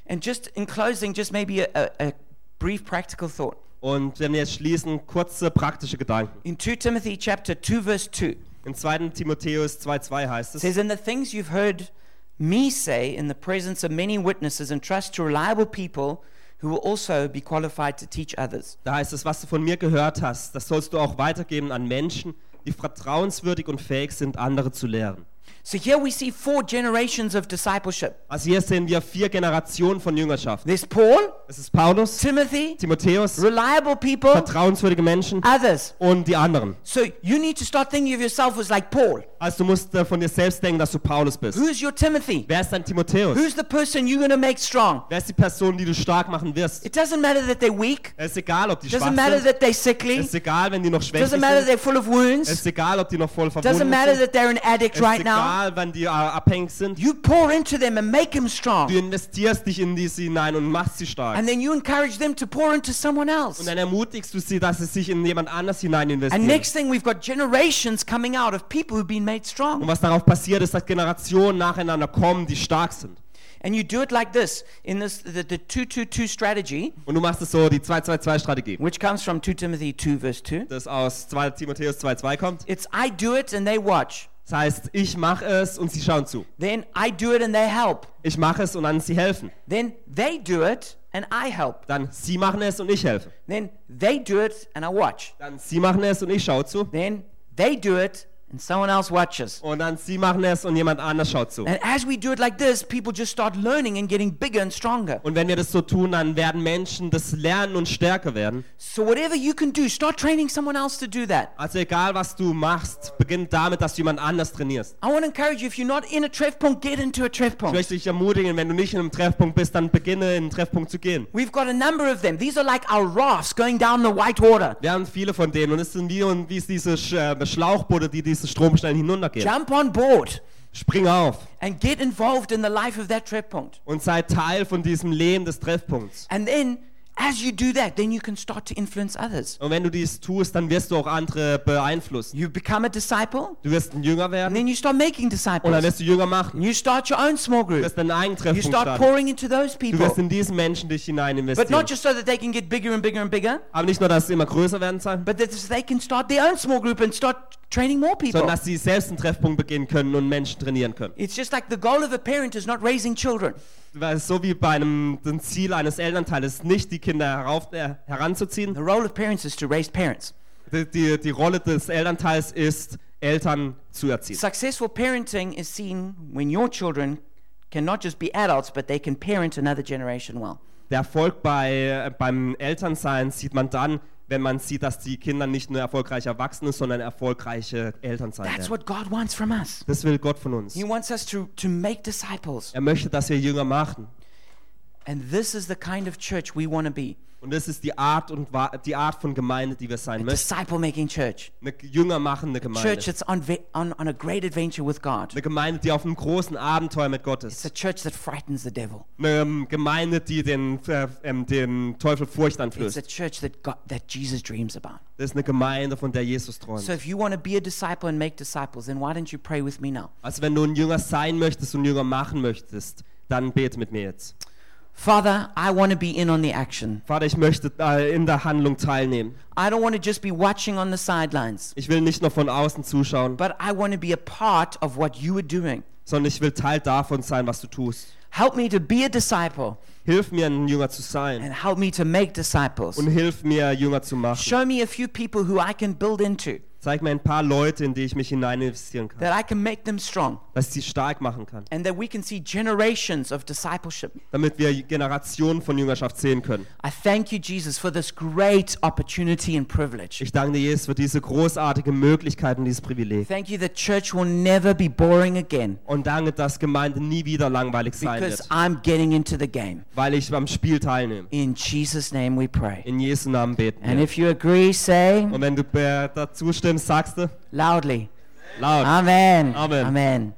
S1: And just in closing, just maybe a, a, a brief practical thought.
S2: Und wenn wir jetzt schließen, kurze praktische Gedanken.
S1: In 2 Timothy chapter 2 verse 2
S2: In 2. Timotheus 2,2
S1: it
S2: heißt es,
S1: says in the things you've heard me say in the presence of many witnesses and trust to reliable people who will also be qualified to teach others.
S2: da heißt es, was du von mir gehört hast, das sollst du auch weitergeben an Menschen, die vertrauenswürdig und fähig sind, andere zu lehren.
S1: So here we see four generations of discipleship.
S2: Also hier sehen wir vier Generationen von Jüngerschaft.
S1: There's Paul,
S2: Es ist Paulus,
S1: Timothy,
S2: Timotheus,
S1: reliable people,
S2: vertrauenswürdige Menschen
S1: others.
S2: und die anderen.
S1: So you need to start thinking of yourself as like Paul.
S2: Also du musst äh, von dir selbst denken, dass du Paulus bist.
S1: Who's your Timothy?
S2: Wer ist dein Timotheus?
S1: Who's the person you're going to make strong?
S2: Wer ist die Person, die du stark machen wirst?
S1: It doesn't matter that they're weak.
S2: Es ist egal, ob die schwach
S1: Doesn't matter
S2: sind.
S1: that they're sickly.
S2: Es ist egal, wenn die noch schwächlich
S1: Doesn't matter
S2: sind.
S1: they're full of
S2: Es
S1: wounds.
S2: ist egal, ob die noch voll verwundet
S1: Doesn't
S2: sind.
S1: matter that they're an addict
S2: Es ist
S1: right now.
S2: egal, wenn die äh, abhängig sind.
S1: You pour into them and make them
S2: Du
S1: strong.
S2: investierst dich in diese hinein und machst sie stark.
S1: And then you encourage them to pour into someone
S2: Und
S1: else.
S2: dann ermutigst du sie, dass sie sich in jemand anders hinein
S1: And
S2: investieren.
S1: next thing, we've got generations coming out of people who've been made
S2: Und
S1: strong.
S2: was darauf passiert, ist, dass Generationen nacheinander kommen, die stark sind.
S1: And you do it like this in this the, the 222 strategy,
S2: Und du machst es so, die 2-2-2-Strategie.
S1: which comes from 2 Timothy 2, verse 2.
S2: Das aus 2 Timotheus 2,2 kommt.
S1: It's I do it and they watch.
S2: Das heißt, ich mache es und sie schauen zu.
S1: Then I do it and they help.
S2: Ich mache es und dann sie helfen.
S1: Then they do it and I help.
S2: Dann sie machen es und ich helfe.
S1: Then they do it and I watch.
S2: Dann sie machen es und ich schaue zu.
S1: Then they do it and someone else watches.
S2: Und dann sie machen es und jemand anders schaut zu.
S1: And as we do it like this, people just start learning and getting bigger and stronger.
S2: Und wenn wir das so tun, dann werden Menschen das lernen und stärker werden.
S1: So whatever you can do, start training someone else to do that.
S2: Also egal, was du machst, beginn damit, dass du jemand anders trainierst.
S1: I want to encourage you, if you're not in a Treffpunkt, get into a
S2: Ich
S1: Treffpunkt.
S2: möchte dich ermutigen, wenn du nicht in einem Treffpunkt bist, dann beginne in einen Treffpunkt zu gehen.
S1: We've got a number of them. These are like our rafts going down the white water.
S2: Wir haben viele von denen und es sind wie, und wie es diese Sch äh, Schlauchboote, die diese Stromstellen hinuntergehen.
S1: Jump on board
S2: Spring auf
S1: and get involved in the life of that Treffpunkt.
S2: und sei Teil von diesem Leben des Treffpunkts.
S1: And then, as you do that, then you can start to influence others.
S2: Und wenn du dies tust, dann wirst du auch andere beeinflussen.
S1: You become a disciple,
S2: Du wirst ein Jünger
S1: and
S2: werden
S1: then you start making
S2: und dann
S1: disciples.
S2: wirst du Jünger machen.
S1: You start your own small
S2: Du
S1: group.
S2: wirst deinen eigenen
S1: You
S2: Treffpunkt
S1: start
S2: starten.
S1: pouring into those
S2: Du wirst
S1: people.
S2: in diesen Menschen dich hinein
S1: But not
S2: investieren.
S1: just so that they can get bigger and bigger and bigger,
S2: Aber nicht nur, dass sie immer größer werden sollen,
S1: but that they can start their own small group and start training more
S2: sondern
S1: people.
S2: dass sie selbst einen Treffpunkt begehen können und Menschen trainieren können.
S1: It's just like the goal of a parent is not raising children.
S2: Weil es so wie bei einem dem Ziel eines Elternteils ist, nicht die Kinder herauf, äh, heranzuziehen.
S1: The role of parents is to raise parents.
S2: Die, die, die Rolle des Elternteils ist, Eltern zu erziehen.
S1: Successful parenting is seen when your children can not just be adults, but they can parent another generation well.
S2: Der Erfolg bei, äh, beim Elternsein sieht man dann, wenn man sieht, dass die Kinder nicht nur erfolgreich erwachsen sind, sondern erfolgreiche Eltern sein
S1: That's
S2: werden.
S1: what God wants from us.
S2: Das will Gott von uns.
S1: He wants us to, to make disciples.
S2: Er möchte, dass wir Jünger machen.
S1: And this is the kind of church we want to be
S2: Und das ist die Art, und, Wa- die Art von Gemeinde, die wir sein möchten.
S1: disciple making church.
S2: Eine Jünger machende Gemeinde.
S1: Church that's on, ve- on, on a great adventure with God.
S2: Eine Gemeinde, die auf einem großen Abenteuer mit Gott
S1: It's a
S2: ist.
S1: church that frightens the devil.
S2: Eine ähm, Gemeinde, die den, äh, ähm, den Teufel Furcht
S1: It's
S2: anflößt.
S1: a church that, God, that Jesus dreams about.
S2: Das ist eine Gemeinde, von der Jesus träumt.
S1: So if you want to be a disciple and make disciples, then why don't you pray with me now?
S2: Also wenn du ein Jünger sein möchtest und Jünger machen möchtest, dann bete mit mir jetzt.
S1: Father, I want to be in on the action.
S2: Vater, ich möchte äh, in der Handlung teilnehmen.
S1: I don't want to just be watching on the sidelines,
S2: Ich will nicht nur von außen zuschauen,
S1: but I want to be a part of what you are doing.
S2: sondern ich will Teil davon sein, was du tust.
S1: Help me to be a disciple
S2: Hilf mir, ein Jünger zu sein
S1: and help me to make disciples.
S2: und hilf mir, Jünger zu machen.
S1: Show me a few people who I can build into,
S2: Zeig mir ein paar Leute, in die ich mich hinein investieren kann,
S1: that I can make them strong,
S2: dass ich sie stark machen kann,
S1: and that we can see generations of discipleship.
S2: damit wir Generationen von Jüngerschaft sehen können.
S1: I thank you, Jesus, for this great opportunity and privilege.
S2: Ich danke dir, Jesus, für diese großartige Möglichkeit und dieses Privileg.
S1: Thank you that church will never be boring again
S2: Und danke, dass Gemeinde nie wieder langweilig sein
S1: because
S2: wird,
S1: I'm getting into the game.
S2: weil ich am Spiel teilnehme.
S1: In Jesus' name we pray.
S2: In Jesu Namen beten.
S1: And
S2: wir.
S1: if you agree, say
S2: Und wenn du äh, dazu stimmst, sagst du
S1: loudly.
S2: laut.
S1: Amen.
S2: Amen.
S1: Amen.